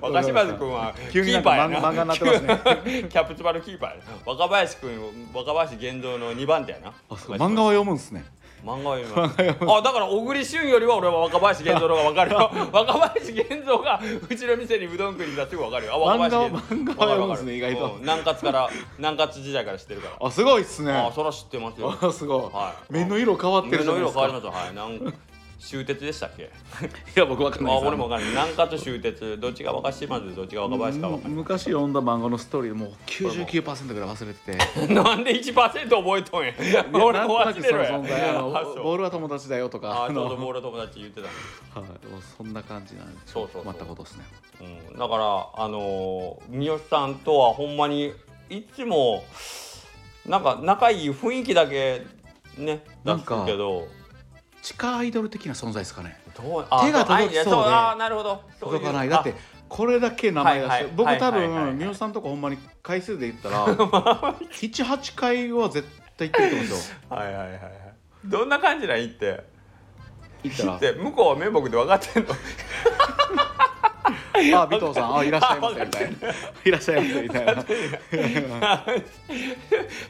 若島津君は キ
急にな
ー
んか
パーや
漫漫画になってますね
キャプツバのキーパーやな若林君若林現像の2番手やな
あそう漫画は読むんですね
漫画は読みますあだから小栗旬よりは俺は若林現像の方が 分かるよ若林現像がうちの店にうどん食いに行ったらすぐ分かるよあ若林
漫画漫画は読むんですね意外と
うん南葛から南葛時代から知ってるから
あすごいっすね
あ
あ
そら知ってますよ
すごい、
はい
目の色変わって
目
るじゃ
の
ないで
色
す
変
か
わりますよはいなんか終鉄でしたっけ
いや僕わかんない
あ
です
俺も分かんない南葛と終鉄どっちが若島津でどっちが若林か分かんない
うん昔読んだ漫画のストーリーでもう99%ぐらい忘れてて
なんで1%覚えとんや。 俺も忘れろや。
なんとなくその存在あの
あそう
ボールは友達だよとか
あ
あ
ちょうど
の
ボール友達言ってたんです
はいもうそんな感じなんで
そうそうそう
困ったことですね
うん、だから、あのー、三好さんとはほんまにいつもなんか仲いい雰囲気だけね出
なん
す
か
けど
地下アイドル的な存在ですかね
どうあ
手が届きそうで
あいやあなるほどそういう
届かないだってこれだけ名前出して、
はいはいは
僕
いは
多
いはいはい
分三好さんとかほんまに回数で言 ったら78回は絶対行ってると思うんです よ
あはいはいはいはいどんな感じなん行って
行
行っ
った
て向こうは面目で分かってんの
ら「あ尾藤さんあいらっしゃいませ」みた いな「いらっしゃいませ」みたいな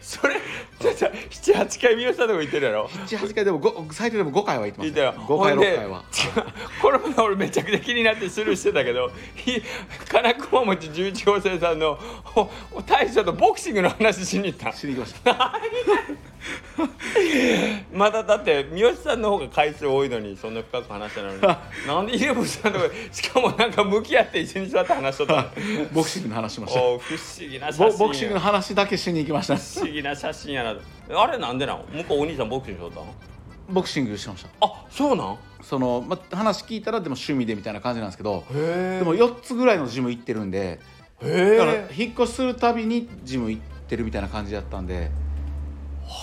それ78回三好さんのとこ行ってるやろ
78回でもご最低でも5回は行ってます
聞いた
ね
ら
5回
ほんで
6回は
これまで俺めちゃくちゃ気になってスルーしてたけどひ 金熊餅11号生さんのおお大将とボクシングの話しに行った
しに行きました
まだだって三好さんの方が回数多いのにそんな深く話し たのになんでイレブンさんとかしかもなんか向き合って一緒に座って話しとった の
ボクシングの話しました
お不思議な写真
ボ
や
ボクシングの話だけしに行きました
不思議な写真やなとあれなんでなん向こうお兄さんボクシングしとっ
ボクシングしました
たのあそうなん
その、ま、話聞いたらでも趣味でみたいな感じなんですけど
へ
でも4つぐらいのジム行ってるんでだ
えへ
から
え
引っ越しするたびにジム行ってるみたいな感じだったんで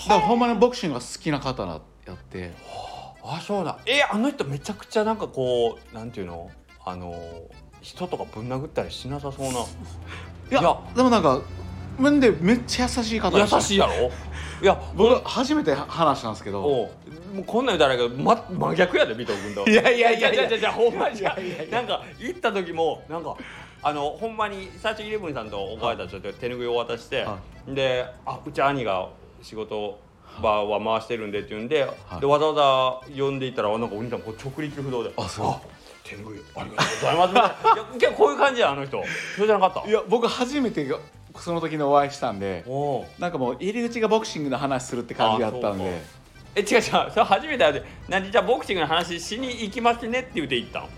だからほんまにボクシングが好きな方やって
あそうだえあの人めちゃくちゃなんかこうなんていうの あの人とかぶん殴ったりしなさそうない
や
いや
でもなんか面でめっちゃ優しい方でした
優しいやろいや
僕
僕
初めて話したんですけど
おうもうこんなん言うたらあれやけど、ま、真逆やでビト君と
いやいやいやい
い
や
やいやいやほんまじゃ
いやいやいや
なんか行った時もなんかあのほんまにサーチイレブンさんとお母さんちょっと手拭いを渡して、
は
であうち兄が仕事場は回してるんでって言うんで,、
い
でわざわざ呼んでいったらなんかお兄さんこう直立不動で「
あそう
手拭いありがとうございます」み たいないやいやこういう感じやあの人それじゃなかった
いや僕初めてその時にお会いしたんで
おおう
なんかもう入り口がボクシングの話するって感じだったん
あ
で
え違う違うそれ初めて会って「何じゃあボクシングの話しに行きますね」って言って行ったん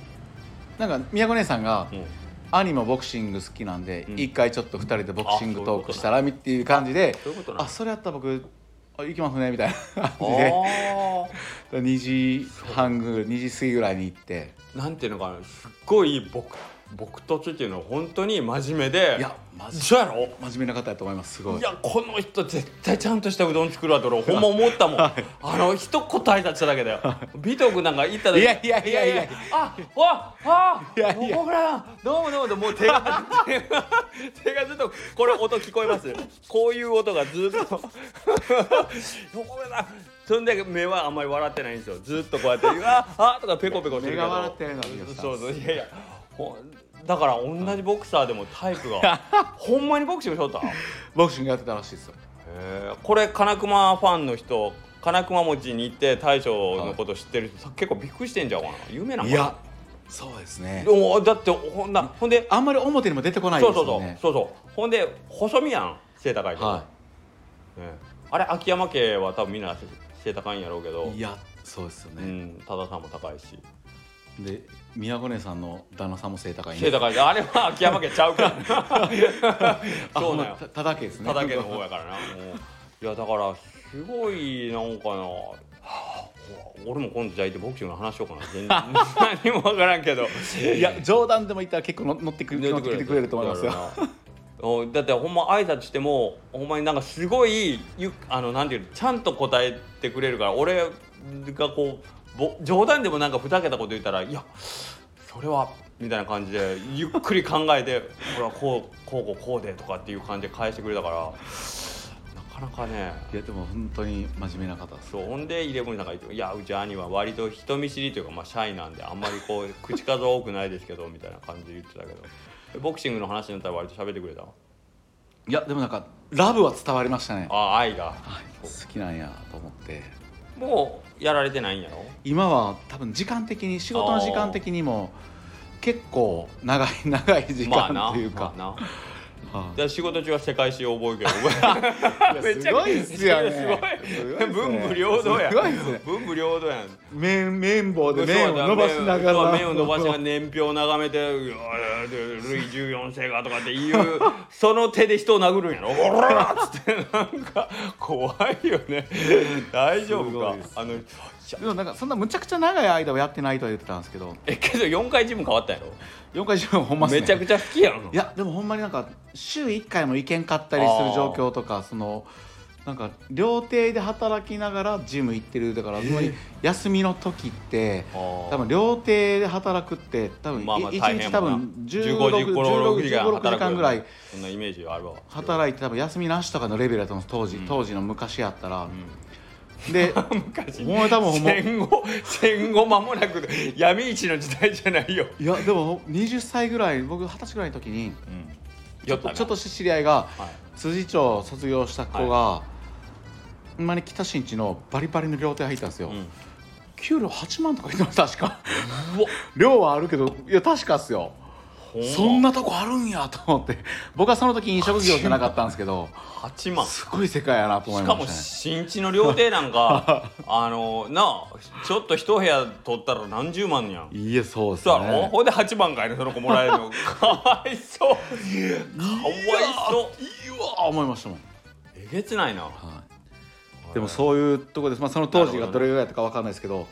なんか宮古姉さんが
うん
兄もボクシング好きなんで
うん
一回ちょっと二人でボクシング
あそういう
ト
こと
ークしたらみっていう感じで
そういうことな
あそれやったら僕あ行きますねみたいな
あ
感じで
ー
2時半ぐらい2時過ぎぐらいに行って
なんていうのかなすっごい僕僕とちっていうのは本当に真面目で
いやマジ
そうやろ
真面目な方やと思いますすごい
いやこの人絶対ちゃんとしたうどん作るわと俺ほんま思ったもん、あの一言挨拶しただけだよ美藤君なんか言った時
いやいやいやいや
あわあ
いやいや
野村どうもどうもどうももう手が手がずっとこれ音聞こえますこういう音がずっと 野村さんそんで目はあんまり笑ってないんですよずっとこうやって「ああとかペコペコしてるけど
目が笑ってないのは美藤さん
そうそういやいやほんだから同じボクサーでもタイ プがほんまにボクシングしとった
ボクシングやってたらしいですよ
へーこれ金熊ファンの人金熊餅に行って大将のこと知ってる人、結構びっくりしてんじゃんかな有名なの
い
かな
やそうですね
でもだってほんなほんで
あんまり表にも出てこないで
そう
す
そうそ
よ
う
ね
そうそうほんで細身やん背高い人、
は
ねあれ秋山家は多分みんな背高いんやろうけど
いいやそうですよ
う
ね
ん多田さんも高いし
で宮古姉さんの旦那さんも背高いん
背
で
高いしあれは秋山家ちゃうから
あ
そう
ほん
なん
ま
よ
たただけですね
ただけの方やからな。もういやだからすごいなんかな。はあ俺も今度じゃあ行ってボクシングの話しようかな 全然何も分からんけど
いや冗談でも言ったら結構の乗ってく乗ってきてくれると思いますよ
よ おだってほんま挨拶してもほんまになんかすごいゆあのなんていうのちゃんと答えてくれるから俺がこうぼ冗談でもなんかふざけたこと言ったら「いやそれは」みたいな感じでゆっくり考えて 「ほらこうこうこうこうで」とかっていう感じで返してくれたからなかなかね
いやでも本当に真面目な方です
そうほんでイレブンさんが言って「いやうち兄は割と人見知りというか、まあ、シャイなんであんまりこう口数多くないですけど」みたいな感じで言ってたけどボクシングの話になったら割と喋ってくれた
いやでもなんかラブは伝わりましたね
あ愛が
好きなんやと思って
もうやられてないんやろ
今は多分時間的に仕事の時間的にも結構長い長い時間というか、
まあな,、ま
は
あ、
い
なで仕事中は世界史を覚えるけど めちゃ
す
くちゃ
ごいっすよね
すごい
すごいっすね
文武両道や
すごいっすね
文武両道やん
麺麺棒で麺を伸ばしなが
そう
ら
麺を伸ばしながら年表を眺めて「うわルイ14世が」とかって いうその手で人を殴るんやろ「おら!」っつってなんか怖いよね大丈
す
夫
ご
か
いです
あのいや
でもなんかそんなむちゃくちゃ長い間はやってないとは言ってたんですけど
えけど4回ジム変わったやろ、
4回自分ほんまっすね
めちゃくちゃ好きやん
いやでもほんまになんか週1回も行けんかったりする状況とかそのなんか料亭で働きながらジム行ってるだから、
えー
ほんまに休みの時って
多
多分料亭で働くって多分
まあまあ
1
大変
日多分
15
16
16時間働く
時間ぐらい
そんなイメージがあるわ
働いて多分休みなしとかのレベルだと思うんです当時、当時の昔やったら
う、ん
で
昔
もう多分ほんま
戦後戦後間もなく闇市の時代じゃないよ、
いやでも20歳ぐらい僕二十歳ぐらいの時にちょっとちょっと
は
知り合いが
い
辻町卒業した子が、ほんまに北新地のバリバリの料亭入ったんですよ、
うん
給料8万とか言ってました確か
うわ
量はあるけどいや確かっすよ
ほま
そんなとこあるんやと思って僕はその時飲食業じゃなかったんですけど
8万し
すごい世界やなと思い
か
ま
も
したね
新地の料亭なんか あのなあちょっと一部屋取ったら何十万やん
いやそうです
そうやろ
ね
ほんで8万かいのその子もらえる のかわいそうかわいそう
うわ思いましたもん、
えげつないな
はい、でもそういうとこです、まあ、その当時がどれぐらいだったか分かんないですけど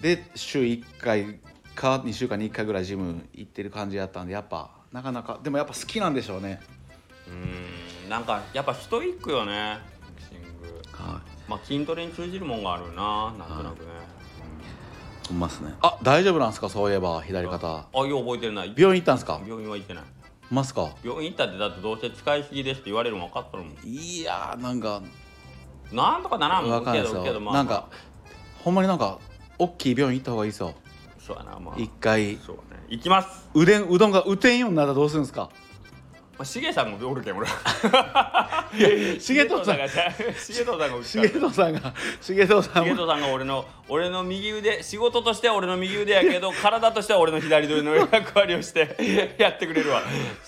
で週1回か2週間に1回ぐらいジム行ってる感じやったんでやっぱなかなかでもやっぱ好きなんでしょうね
うーんなんかやっぱストイックよねボクシング
は
まあ筋トレに通じるもんがあるななんとなくね、
いほんまっすねあ大丈夫なんですかそういえば左肩
あよう覚えてない
病院行ったんですか
病院は行ってない
ますか
病院行ったってだってどうせ使いすぎですって言われるの分かっとるもん
いやーなんか
なんとかならんも
わ
ん
かんな
け
いです
どけど
よ
まあ
なんかほんまになんか大きい病院行った方がいいですよ
そうやなまあ
一回
そうね行きます
うでんうどんが打てんようになったらどうするんですか
まあしげさんもおるけん俺
重藤さん
が重藤さんがおるし
重藤さんが重藤さん
重
も
藤さんが俺の俺の右腕仕事としては俺の右腕やけど 体としては俺の左腕の役割をしてやってく れるわ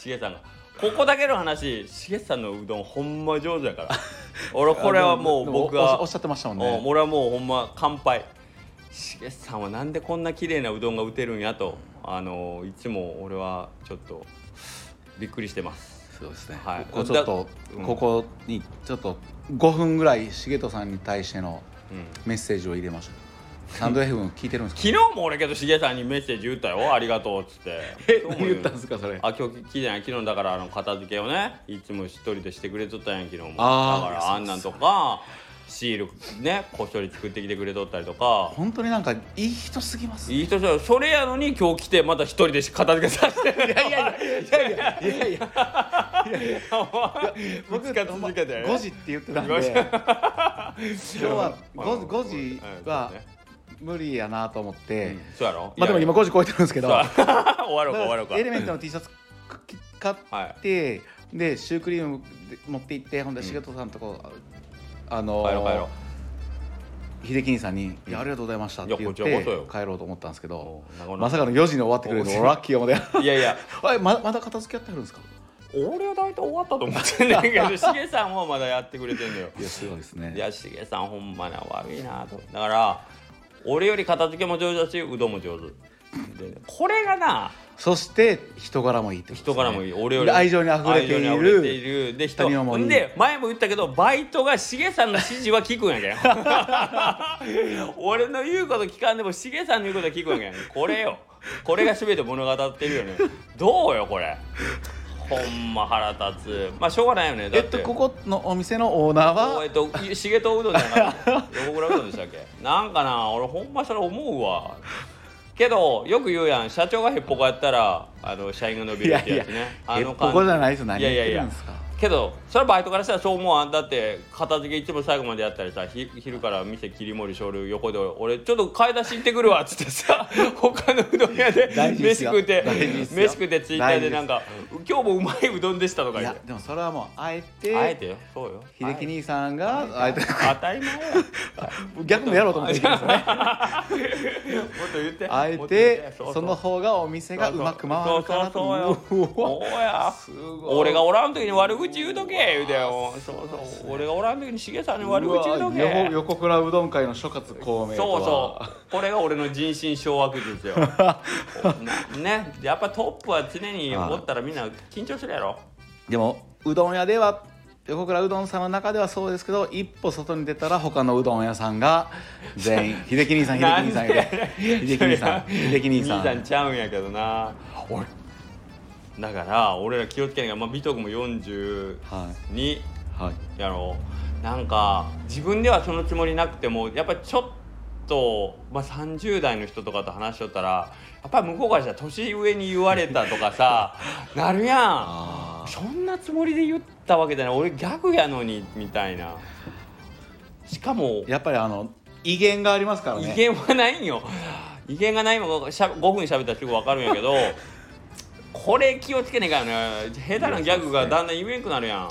重さんがここだけの話重さんのうどんほんま上手 やから俺これはもう僕
あでも
は
おおっしゃってましたもん
うん
ね
俺はもうほんま乾杯重さんはなんでこんな綺麗なうどんが打てるんやとあのいつも俺はちょっとびっくりしてます
そうですね、
はい
ここちょっと、
だうん
ここにちょっと5分ぐらい重藤さんに対しての
うん
メッセージを入れましょうサンド F も聞いてるんですか
昨日も俺けどしげさんにメッセージ言ったよありがとうっつって
え
今日
何
も
言ったんですかそれ
あ今日聞いてない昨日だからあの片付けをねいつも一人でしてくれとったんや昨日も
あー
だからあんなんとかシールねこっそり作ってきてくれとったりとか
本当になんかいい人すぎます
いい人じゃんそれやのに今日来てまた一人で片付けさせていやいや
いやいやいや いや
僕が続けて
5時って言ってたんで
言いまし
今日は
まあ
5, 時は無理やなと思って、
そうやろ
まあでも今
い
5時超えてるんですけど
やいや終わろう か終わろうか
エレメントの T シャツ買って、でシュークリーム持って行ってほんで仕事さんとこ、あの
帰ろう帰ろう
秀樹兄さんに、いや「ありがとうございました」って
いや
言っ
こ
て
ちらこそよ
帰ろうと思ったんですけど
もう長野
まさかの4時に終わって くれる
お
のラッキーやもで
いやいや
あれままだ片付けやってはるんですか
俺は大体終わったと思ってんだけどしげさんはまだやってくれ てんだよ
いやすごいです
い
ね
やしげさんほんまな悪いなとだから俺より片付けも上手だしうどんも上手でこれがな
そして人柄もいいってことですね
人からもいい、俺より
愛情に溢れている
愛情に溢れているで人
人にもいい
んで前も言ったけどバイトがしげさんの指示は聞くんやけ ん俺の言うこと聞かんでもしげさんの言うことは聞くんやけんこれよこれが全て物語ってるよねどうよこれほんま腹立つまあしょうがないよねだ
え
っ、
ってとここのお店のオーナー
お
は
えっと、い重藤うどんじゃな くて横倉うどんでしたっけなんかな俺ほんまそれ思うわけどよく言うやん社長がへっぽこやったらあの社員が伸び
い
る
や
って
い
や
や
つねあ
え
の
こ
感
こじゃないですよ何
い
言っ
やいや
て
い
るん
や
ですか
けどそれはバイトからしたらそう思うわんだって片付け一番最後までやったりさひ昼から店切り盛り少量横で俺ちょっと買い出し行ってくるわっつって さ他のうどん屋で
大事で
飯
すよ
食うて
大事ですよ
飯食うてツイッターでなんか「今日もうまいうどんでした」とか
い
言っ
や
て
でもそれはもうあえて
あえてよそうよ
秀樹兄さんがあえて
当たり前や
逆もやろうと思ってるん ですよね
もっと言って
あえ
もっと言って
てその方がお店がうまく回るから
そうそ
と
うそうそうよ
うわ
そうや
すごい
俺がおらん時に悪口言うとけ言うてよそうそう俺がおらん時にしげさんに悪口言うと
うわ横
け
横倉うどん会の諸葛孔明と
そう
は
そうこれが俺の人心掌握 術よなねやっぱトップは常におったらみんな緊張するやろ
でもうどん屋では横倉うどんさんの中ではそうですけど一歩外に出たら他のうどん屋さんが全員 秀樹兄さん秀樹兄さん
なん
で秀樹兄さん秀樹兄さん
兄さんちゃうんやけどな俺だから俺ら気をつけなきゃ、まあ、美徳も42、
ははい
やろなんか自分ではそのつもりなくてもやっぱりちょっと、まあ、30代の人とかと話しとったらやっぱり向こうからしたら年上に言われたと かさなるや
あ
んそんなつもりで言ったわけじゃない俺ギャグやのにみたいなしかも
やっぱりあの威厳がありますからね
威厳はないんよ威厳がないもんがしゃ5分喋ったらすぐ分かるん やけどこれ気をつけねえからね下手なギャグがだんだん言えんくなるやん。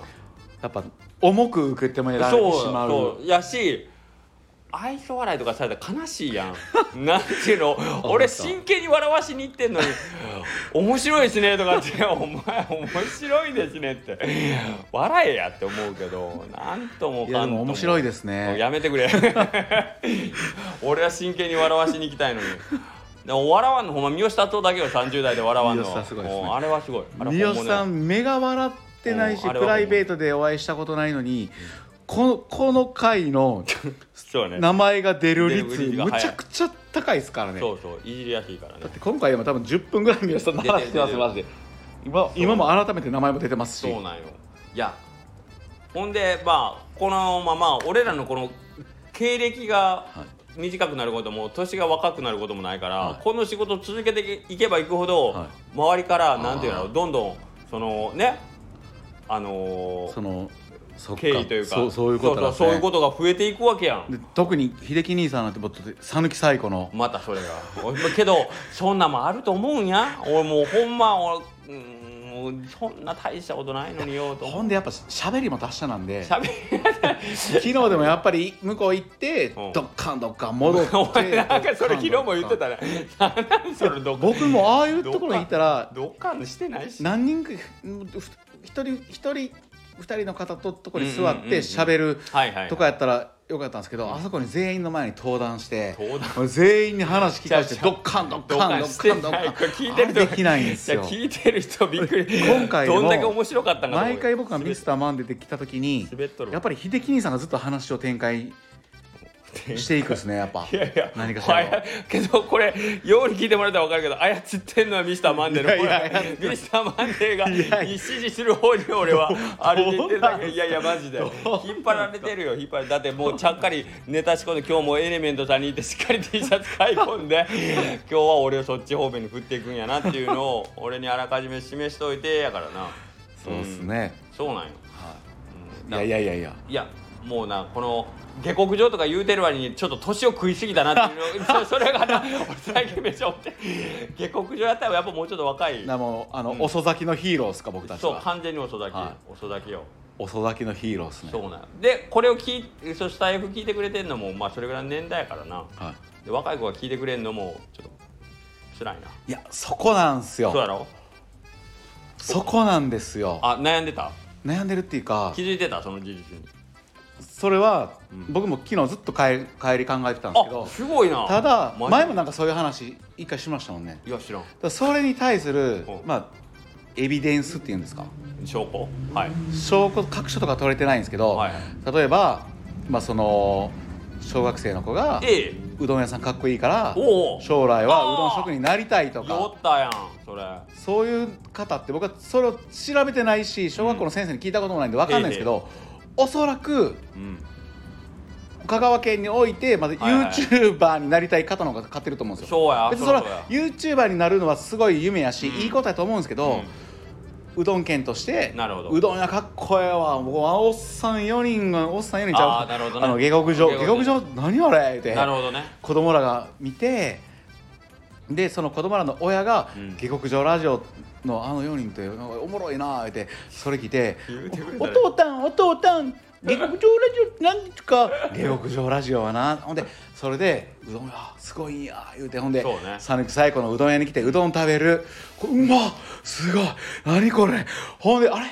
やっぱ重く受けてもられて
そう
しまう
そうやし愛想笑いとかされたら悲しいや んなんていうの俺真剣に笑わしに行ってんのに「面白いですね」とかって「お前面白いですね」って笑えやって思うけどなんともかんとも
いやでも面白いですね
もうやめてくれ 俺は真剣に笑わしに行きたいのにでも笑わんのほんま三好達夫だけよ30代で笑わんの
三好さんすごいですね
もうあれはすごいあれ
三
は本
好
物や
さん目が笑ってないし
うんあ
プ
れは本物
ライベートでお会いしたことないのにこのこの回 の
そうね
名前が出る
出
率
る率が
む
早い
ちゃくちゃ高いですからね
そ
だ
うそういじりやすいからね
って今回でも多分10分ぐらい三好さんの話してます
出てる出てる
マジで今今も改めて名前も出てますし
そうなんよいやほんでまあこのまま俺らのこの経歴が短くなることも年が若くなることもないから、
はい
この仕事を続けていけばいくほど、
は
周りからなんていうのどんどんそのねあのー
そのそっか
経緯というか
そうそういうことだ、ね、
そうそうそういうことが増えていくわけやん
で特に秀樹兄さんなんて僕讃岐最古の
またそれが おいけどそんなんもあると思うんや俺もうほんま俺うんもうそんな大したことないのによと思
ほんでやっぱ喋りも達者なんで
しゃべ
昨日でもやっぱり向こう行って
うん
どっかんどっかん戻って
お前なんかそれ昨日も言って
どっかんどっかん
たね何それどっか
僕もああいうところに行ったら
どっかんしてないし
何人かふふ一人一人二人の方ととこに座
うんうん
っ
うんうん
て喋る
はいはい
とかやったらよかったんですけどあそこに全員の前に登壇して
登壇
もう全員に話聞かせて
じゃあ
どっかんどっ
どっ
かん
か
ど
ん
っ
し
か
て
んどっ
な
か
い
ん
これ聞いてる
あれ
人
できないんです
いや
よ
聞いてる人びっくり
今回でも
どんだけ面白かったんかと思う
毎回僕がミスターマン出てきた時に
滑っとる
やっぱり秀樹兄さんがずっと話を展開していくですねやっぱ
いやいや
何かしらの
あやけどこれように聞いてもらったら分かるけど操ってんのはミスターマンデーの
いやいや
ほらミスターマンデーが
いやいや
に指示する方に俺は歩いてってる
ど
だ
うなんす
け
か
いやいやマジで引っ張られてるよ引っ張られだってもうちゃっかりネタ仕込んで今日もエレメントさんに行ってしっかり T シャツ買い込 んで今日は俺をそっち方面に振っていくんやなっていうのを俺にあらかじめ示しといてやからな
そうですね、
そうなんよ
いやいやいやいや
いやもうなこの下克上とか言うてる割にちょっと年を食いすぎたなっていうの そそれがな俺最近めっちゃ思って下克上やったらやっぱもうちょっと若い
なもうあの、遅咲きのヒーローですか僕たち
そう
は
完全に遅咲き、
は
遅咲きよ
遅咲きのヒーローですね
そうなんでこれを聞いそうスタイフ聞いてくれてんのもまあそれぐらいの年代やからな
はい
で若い子が聞いてくれんのもちょっと辛いない
やそこなんです
そうや
よ
ろ
そこなんですよ
あ悩んでた
悩んでるっていうか
気づいてたその事実に
それは、僕も昨日ずっと帰帰り考えてたんですけ
あ
ど
すごいな
ただ
マジ
前もなんかそういう話一回しましたもんね
いや知らん
だからそれに対する
うん
まあエビデンスっていうんですか
証拠はい
証拠各所とか取れてないんですけど、
はい
例えば、まあ、その小学生の子が
A
うどん屋さんかっこいいから
おう
将来は
あー
うどん職人になりたいと
酔
か
ったやんそれ
そういう方って僕はそれを調べてないし小学校の先生に聞いたこともないんで分かんないんですけど、おそらく
うん
香川県においてまだ
はいはい
YouTuber になりたい方の方が勝ってると思うんですよ。
そうや
別にそれ
うや
は YouTuber になるのはすごい夢やし、
うん
いいことやと思うんですけど、うどん県として
なるほど
うどん屋かっこええわもうあおっさん4人がおっさん4人ちゃう
あーなるほどね
あの下克上
下
下
克
克
上
上何あれって
なるほどね
子供らが見てでその子供らの親が
うん
下克上ラジオのあの4人っておもろいなーってそれ聞いて
言うてく
「
れた
お
ね
父たんお父たん下克上ラジオって何ですか下克上ラジオはな」ほんでそれで「うどん屋すごいんや」言うてほんで
そうね
讃岐最古のうどん屋に来てうどん食べるこううまっすごい何これほんであれ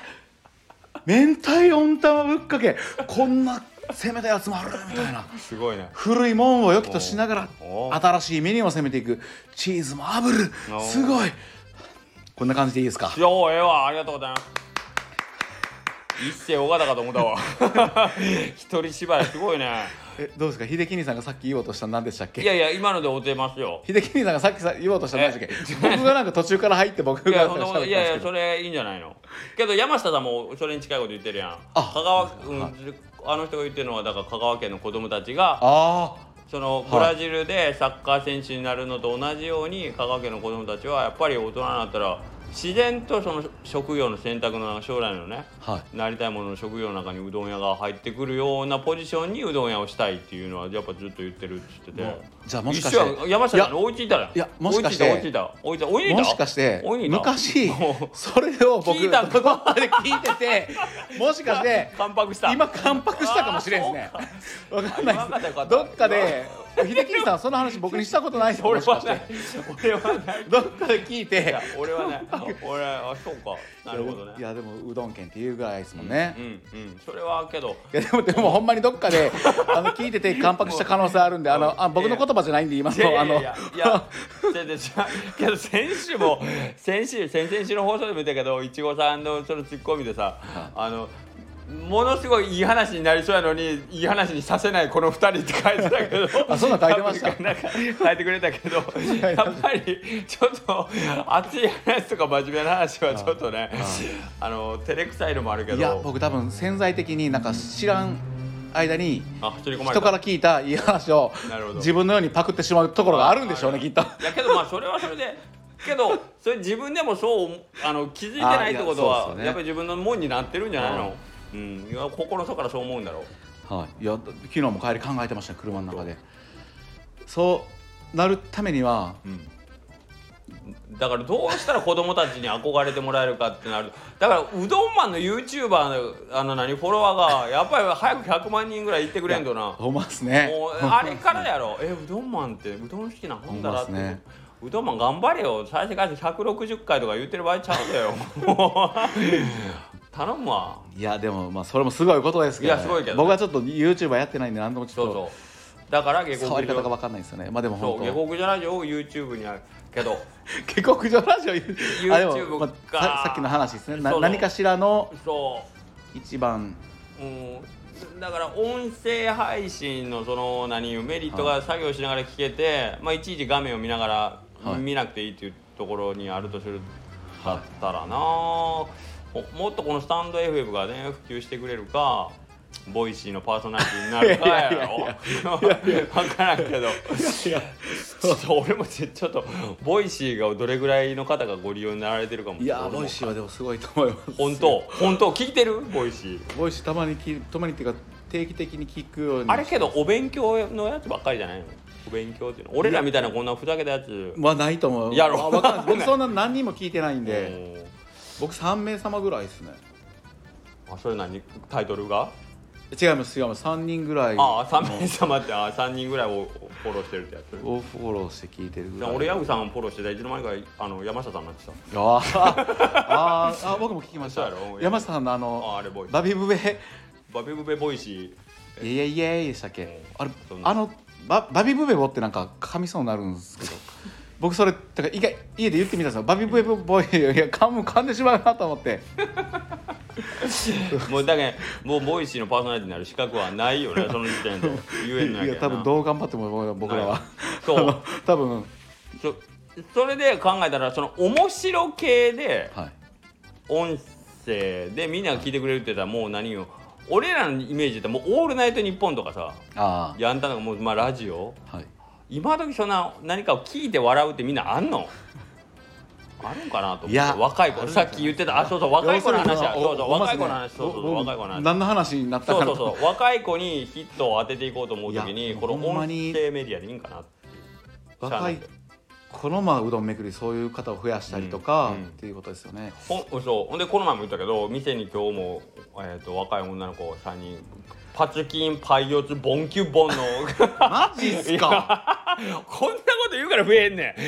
明太温玉ぶっかけこんな攻めたやつもあるみたいな。
すごいね
古いもんを良きとしなが
おうおう
ら新しいメニューを攻めていくチーズも炙る
おう
すごいこんな感じでいいですか
ようええわありがとうございます一世尾形かと思ったわ 一人芝居すご いね
えどうですか秀樹兄さんがさっき言おうとしたの何でしたっ
い
け
やいや今のでおてます よ
秀樹兄さんがさっきさ言おうとしたの何でしたっけ僕がなんか途中から入って僕
い
が喋
やそ
っ
ん
た
な
ら
こ
喋ったんで
とい
すけ
やいや
ど
それいいんじゃないのけど山下さんもそれに近いこと言ってるやん
あ
香川うんあの人が言ってるのはだから香川県の子供たちが
あ
そのブラジルでサッカー選手になるのと同じように香川県の子供たちはやっぱり大人になったら自然とその職業の選択の中将来のね、
は
なりたいものの職業の中にうどん屋が入ってくるようなポジションにうどん屋をしたいっていうのはやっぱずっと言ってるっつってて、
じゃあもしかして
一緒や山下さんの追いついたら
いやもしかして
追いついた追いついた追いつい
あ
た
もしかして
追いついた
昔
も
それを僕
聞いた
こ こまで聞いててもしかして
う関白した
今関白したかもしれんですねわかん
あ今
な
ま
いで
でよかっ
す
た
どっかで秀樹兄さんその話僕にしたことないです
俺
もしか
は
して
ない俺はない
どっかで聞い
い
て
や俺はない俺はあそうかなるほどね
いやでもうどん県っていうぐらいですもんね、
う
い
んうんそれはけど
やでもでもほんまにどっか であの聞いてて関白した可能性あるんであのあ僕の言葉じゃないんで今
いやい
のあ
やい
の
やいやいや全然違うけど先週も先週先々週の放送でも言ったけどいちごさんのそのツッコミでさあのものすごいいい話になりそうやのにいい話にさせないこの2人って書いてたけど
あそんなん書いてました
なんか書いてくれたけど
い
やっぱりちょっと熱い話とか真面目な話はちょっとねあの照れくさいのもあるけど
いや僕多分潜在的になんか知らん間に
あ走り込まれた
人から聞いたいい話を
なるほど
自分のようにパクってしまうところがあるんでしょうねきっと
いやけどまあそれはそれでけどそれ自分でもそう思あの気づいてないって
あいや
こと
そう
は
っす
や,、
よね
っぱり自分のもんになってるんじゃないの
は、
うん、いや心の底からそう思うんだろう
はい、いや昨日も帰り考えてましたね車の中でそうなるためには
だからどうしたら子供たちに憧れてもらえるかってなるだからうどんマンの YouTuber のあの何フォロワーがやっぱり早く100万人ぐらいいってくれんとな
ほんまっすね
もうあれからやろえうどんマンってうどん好きな本だなって、
ほんまっすね
うどんマン頑張れよ再生回数160回とか言ってる場合ちゃうんだよもう 頼むわ
いやでもまあそれもすごいことですけど,、
いやすごいけどね
僕はちょっと YouTuber やってないんで何ともちょ
そう
っと
そうだから下
触
克
り方が
上
分かんないですよねまあでも
そう
本
下
当
克上ラジオを YouTube にあるけど
下克上ラジオ
YouTube
あでも、まあ、さ
か
さっきの話ですねな
そうそう
何かしらの
そう
一番
うん、だから音声配信のその何メリットが作業しながら聞けて、いまあ、いちいち画面を見ながら、
はい
見なくていいっていうところにあるとする
はい
だったらな、ももっとこのスタンド FM がね普及してくれるかボイシーのパーソナリティになるかやろ 分からんけど ちょっと俺もちちょっとボイシーがどれぐらいの方がご利用になられてるかも
いや
俺も
ボイシーはでもすごいと思います
本当本当聞いてるボイシー
ボイシーたまにきたまにっていうか定期的に聞くように
あれけどお勉強のやつばっかりじゃないのお勉強っていうの俺らみたいなこんなふざけたやつ
まあないと思う
やろ
あわかんない僕そんな何人も聞いてないん で僕3名様ぐらいですね
うんあそれ何タイトルが、
違います違います3人ぐらい
ああ3名様ってあ3人ぐらいをフォローしてるってやつ
をフォローして聞いてるぐらい
俺ヤグさんをフォローしてたらいつの間にかあの山下さんになってた
あーあーあ僕も聞きまし
そう
た
やろ
山下さんのあの
ああれボイ
バビブベイ
バビブベボイシ
エイエイエイでしたっけあれ
そんな
あのババビブベボってなんか噛みそうになるんですけど僕それだから一回家で言ってみたんですよバビブベボイいや噛む噛んでしまうなと思って
ーもうだけどもうボイシーのパーソナリティになる資格はないよねその時点で言えんの
いや
やけど
多
な
分どう頑張っても僕ら
ない
は
そう
あの多分
そそれで考えたらその面白系で
はい
音声でみんなが聞いてくれるって言ったらもう何よ俺らのイメージってもう「オールナイトニッポン」とかさ
あ
やんたのかもうまあラジオ
あはい
今時そんな何かを聞いて笑うってみんなあんのあるんかなと思っ
い
て
や
若い
あ
子
るんじ
さ
ゃない
っき言ってたあそうそう若い子の話や
要するに
そうそ
お
う
お
若い子の話
ま
そ
あ
うそう若い子の話
何の話になった
そ
かな
うそうそう若い子にヒットを当てていこうと思う時
い
に
や
この
ほんま
音声
に
メディアでいいんかなっていうしゃあな
若
い
い
けど
このまあうどんめくりそういう方を増やしたりとか、
うんうん
っていうことですよ ね
ほんそうほんでこの前も言ったけど店に今日も、えー、と若い女の子3人パツキンパイオツボンキュボンの
マジっすか
こんなこと言うから増えんねん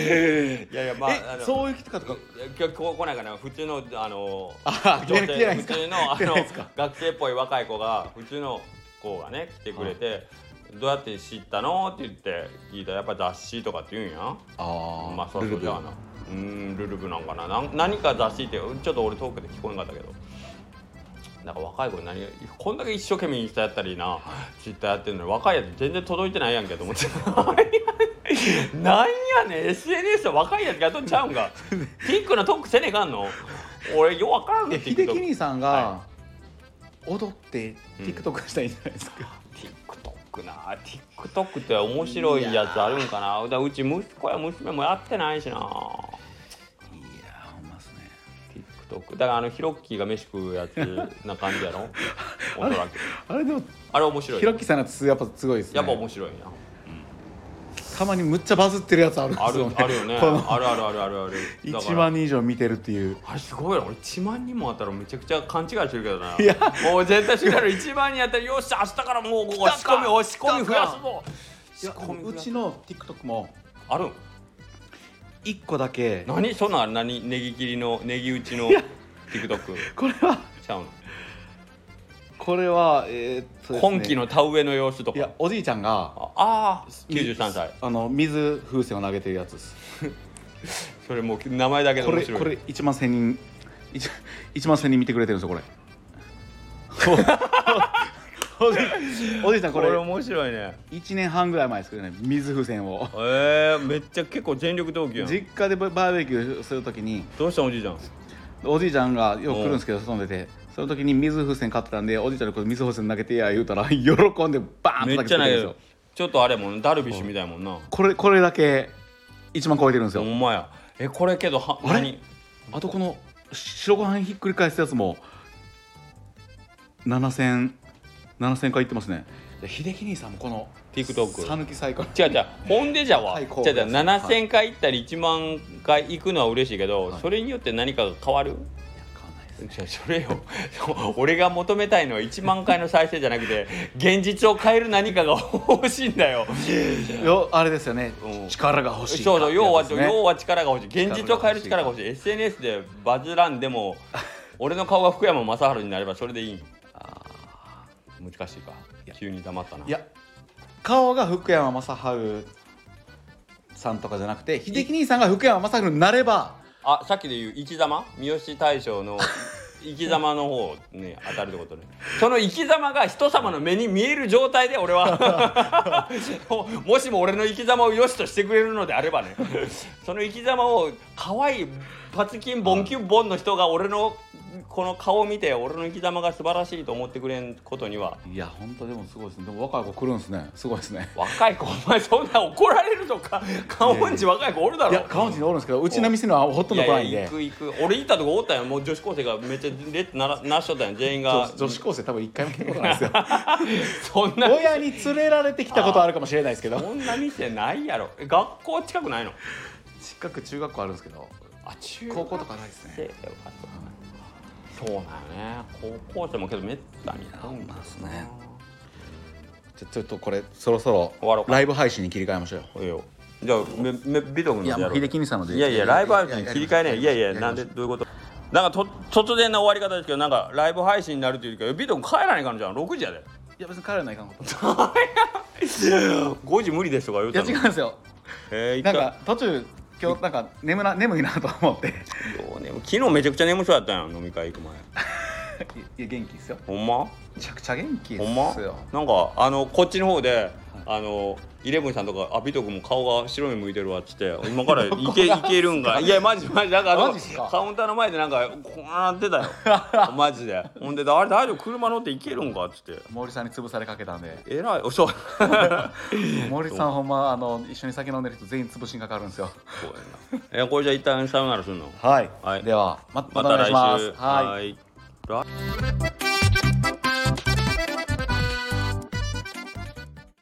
いやいやまああ
え
の
そういう人かとか
今日こ来ないかな普通のあの
あ
女
来てな
性
いで
普
すか
通のあ
来て
の
ないですか
学生っぽい若い子が普通の子がね来てくれて、どうやって知ったのって言って聞いたらやっぱ雑誌とかって言うんや
ああ、
まあそう
ル
そ
ル
う
ブ
じゃあなうーんルルブなんかななん何か雑誌ってちょっと俺トークで聞こえんかったけどなんか若い子に何がこんだけ一生懸命インスタやったりなツイッターやってるのに若いやつ全然届いてないやんけと思って なんやねん SNS は若いやつやっとっちゃう んかピンクのトークせねえかんの俺ようわからんね
え
ん
秀樹
TikTok
兄さんが、
は
踊って TikTok したらいいんじゃないですか、
TikTok な TikTok って面白いやつあるんかなだからうち息子や娘もやってないしない
やーほんまっすね
TikTok だからあのヒロッキーが飯食うやつな感じ やろおそらく
あれでも
あれ面白い
ひろきさんのやつやっぱすごいですね
やっぱ面白いな
たまにむっちゃバズってるやつあるんで
あ
す
る
よね
あるよね
この
あるあるあるあるあるだか
1
ら
万人以上見てるっていう
あれすごいな俺1万人もあったらめちゃくちゃ勘違いしてるけどない
や
もう絶対してる1万人やったらよっしゃ明日からもうこ
来
こ
たか
仕込みお仕込み
来た
増
か
やすぞ
い
仕
や
込み増
う
や
ち
す
の TikTok も
あるん
1個だけ
何そんなん何ネギ切りのネギ打ちの TikTok
これは
ちゃうの、
これはえーっとですね
今期の田植えの様子と
い
か
やおじいちゃんが
ああー93歳
あの水風船を投げてるやつです
それもう名前だけで
こ
面
れ
白い
これ1万1000人 1, 万1000人見てくれてるんですよこれおじおじいちゃんこ
こ
れ
れ面白いね
1年半ぐらい前ですけどね水風船を
えー、めっちゃ結構全力投球やん
実家でババーベキューするときに
どうしたんおじいちゃん
おじいちゃんがよく来るんですけど外に出てその時に水風船買ってたんでおじいちゃんにこれ水風船投げてや言うたら喜んでバーンと投
め
げ
ってち
く
ゃ投
れるん
げる
ですよ
ちょっとあれやもんなダルビッシュみたいやもんな
これこれだけ1万超えてるんです
ほ
よ
んまやえこれけどは
あれ
何
あとこのし白ご飯ひっくり返すやつも7000 7000回いってますねで秀樹兄さんもこの
TikTok
さぬき最高
違う違うほんでじゃわ、
はい
違う
こう
違う
ですはい
7000回行ったり1万回行くのは嬉しいけど、
はい
それによって何かが変わる
変わんないです
違うそれよ 俺が求めたいのは1万回の再生じゃなくて現実を変える何かが欲しいんだよ
よあれですよね、
うん
力が欲しい
そうそう要は、
ってやつですね
要は力が欲しい現実を変える力が欲しい SNS でバズらん でも俺の顔が福山雅治になればそれでいい難しいか
いや
急に黙ったない
や顔が福山雅治さんとかじゃなくて秀樹兄さんが福山雅治になれば
あさっきで言う生き様三好大将の生き様の方ね当たるってことねその生き様が人様の目に見える状態で俺は ももしも俺の生き様を良しとしてくれるのであればねその生き様を可愛いパツキンボンキュンボンの人が俺のこの顔を見て俺の生き様が素晴らしいと思ってくれんことにはい
や本当でもすごいですねでも若い子来るんですねすごいですね
若い子お前そんな怒られるとか顔んち若い子おるだろ
いや川内におるんですけどうちの店のはほとんど来ないんで
いやいや行く行く俺行ったとこおったやんもう女子高生がめっちゃレッドならなしとったやん全員が
女女子高生多分一回も来たことないですよ
そんな
親に連れられてきたことはあるかもしれないですけど
そんな店ないやろえ学校近くないの
近く中学校あるんですけど
あ中
高校とかないですね
学生とかそうなんよね高校生もけどめったに
そうなんですねじゃちょっとこれそろそろ
終わろうか
ライブ配信に切り替えましょうよ
おいよじゃあめめビト君の
いやもう
ろう
秀樹兄さんので
いやいやライブ配信切り替えねいやいや
りましょう
なんでどういうことなんかと突然な終わり方ですけどなんかライブ配信になるというかビト君帰らないかんじゃん6時やで
いや別に帰らないかんこと
5時無理ですとか言う
いや
た
違うんですよ
えー、
な
な
ん
ん
か途中今日なんか眠な眠いなと思って い
昨日めちゃくちゃ眠そうやったんや飲み会行く前
や元気ですよ
ほんま
めちゃくちゃ元気で
ほんます
よ
なんかあのこっちの方で、あのイレブンさんとか「あビト君も顔が白目向いてるわ」っつって「今からいけいけるんか」いやマジマジなんかあの
マジっすか
カウンターの前でなんかこうなってた よマジでほんで「あれ大丈夫車乗っていけるんか」っつって
森さんに潰されかけたんで
えら いおそう怖
森さんほんまあの一緒に酒飲んでる人全員潰しにかかるんですよ
いなえこれじゃあ一旦さよならするの
はい、
はい
ではままた
ま
お
た
願い
来
し
週
ますはい
いラ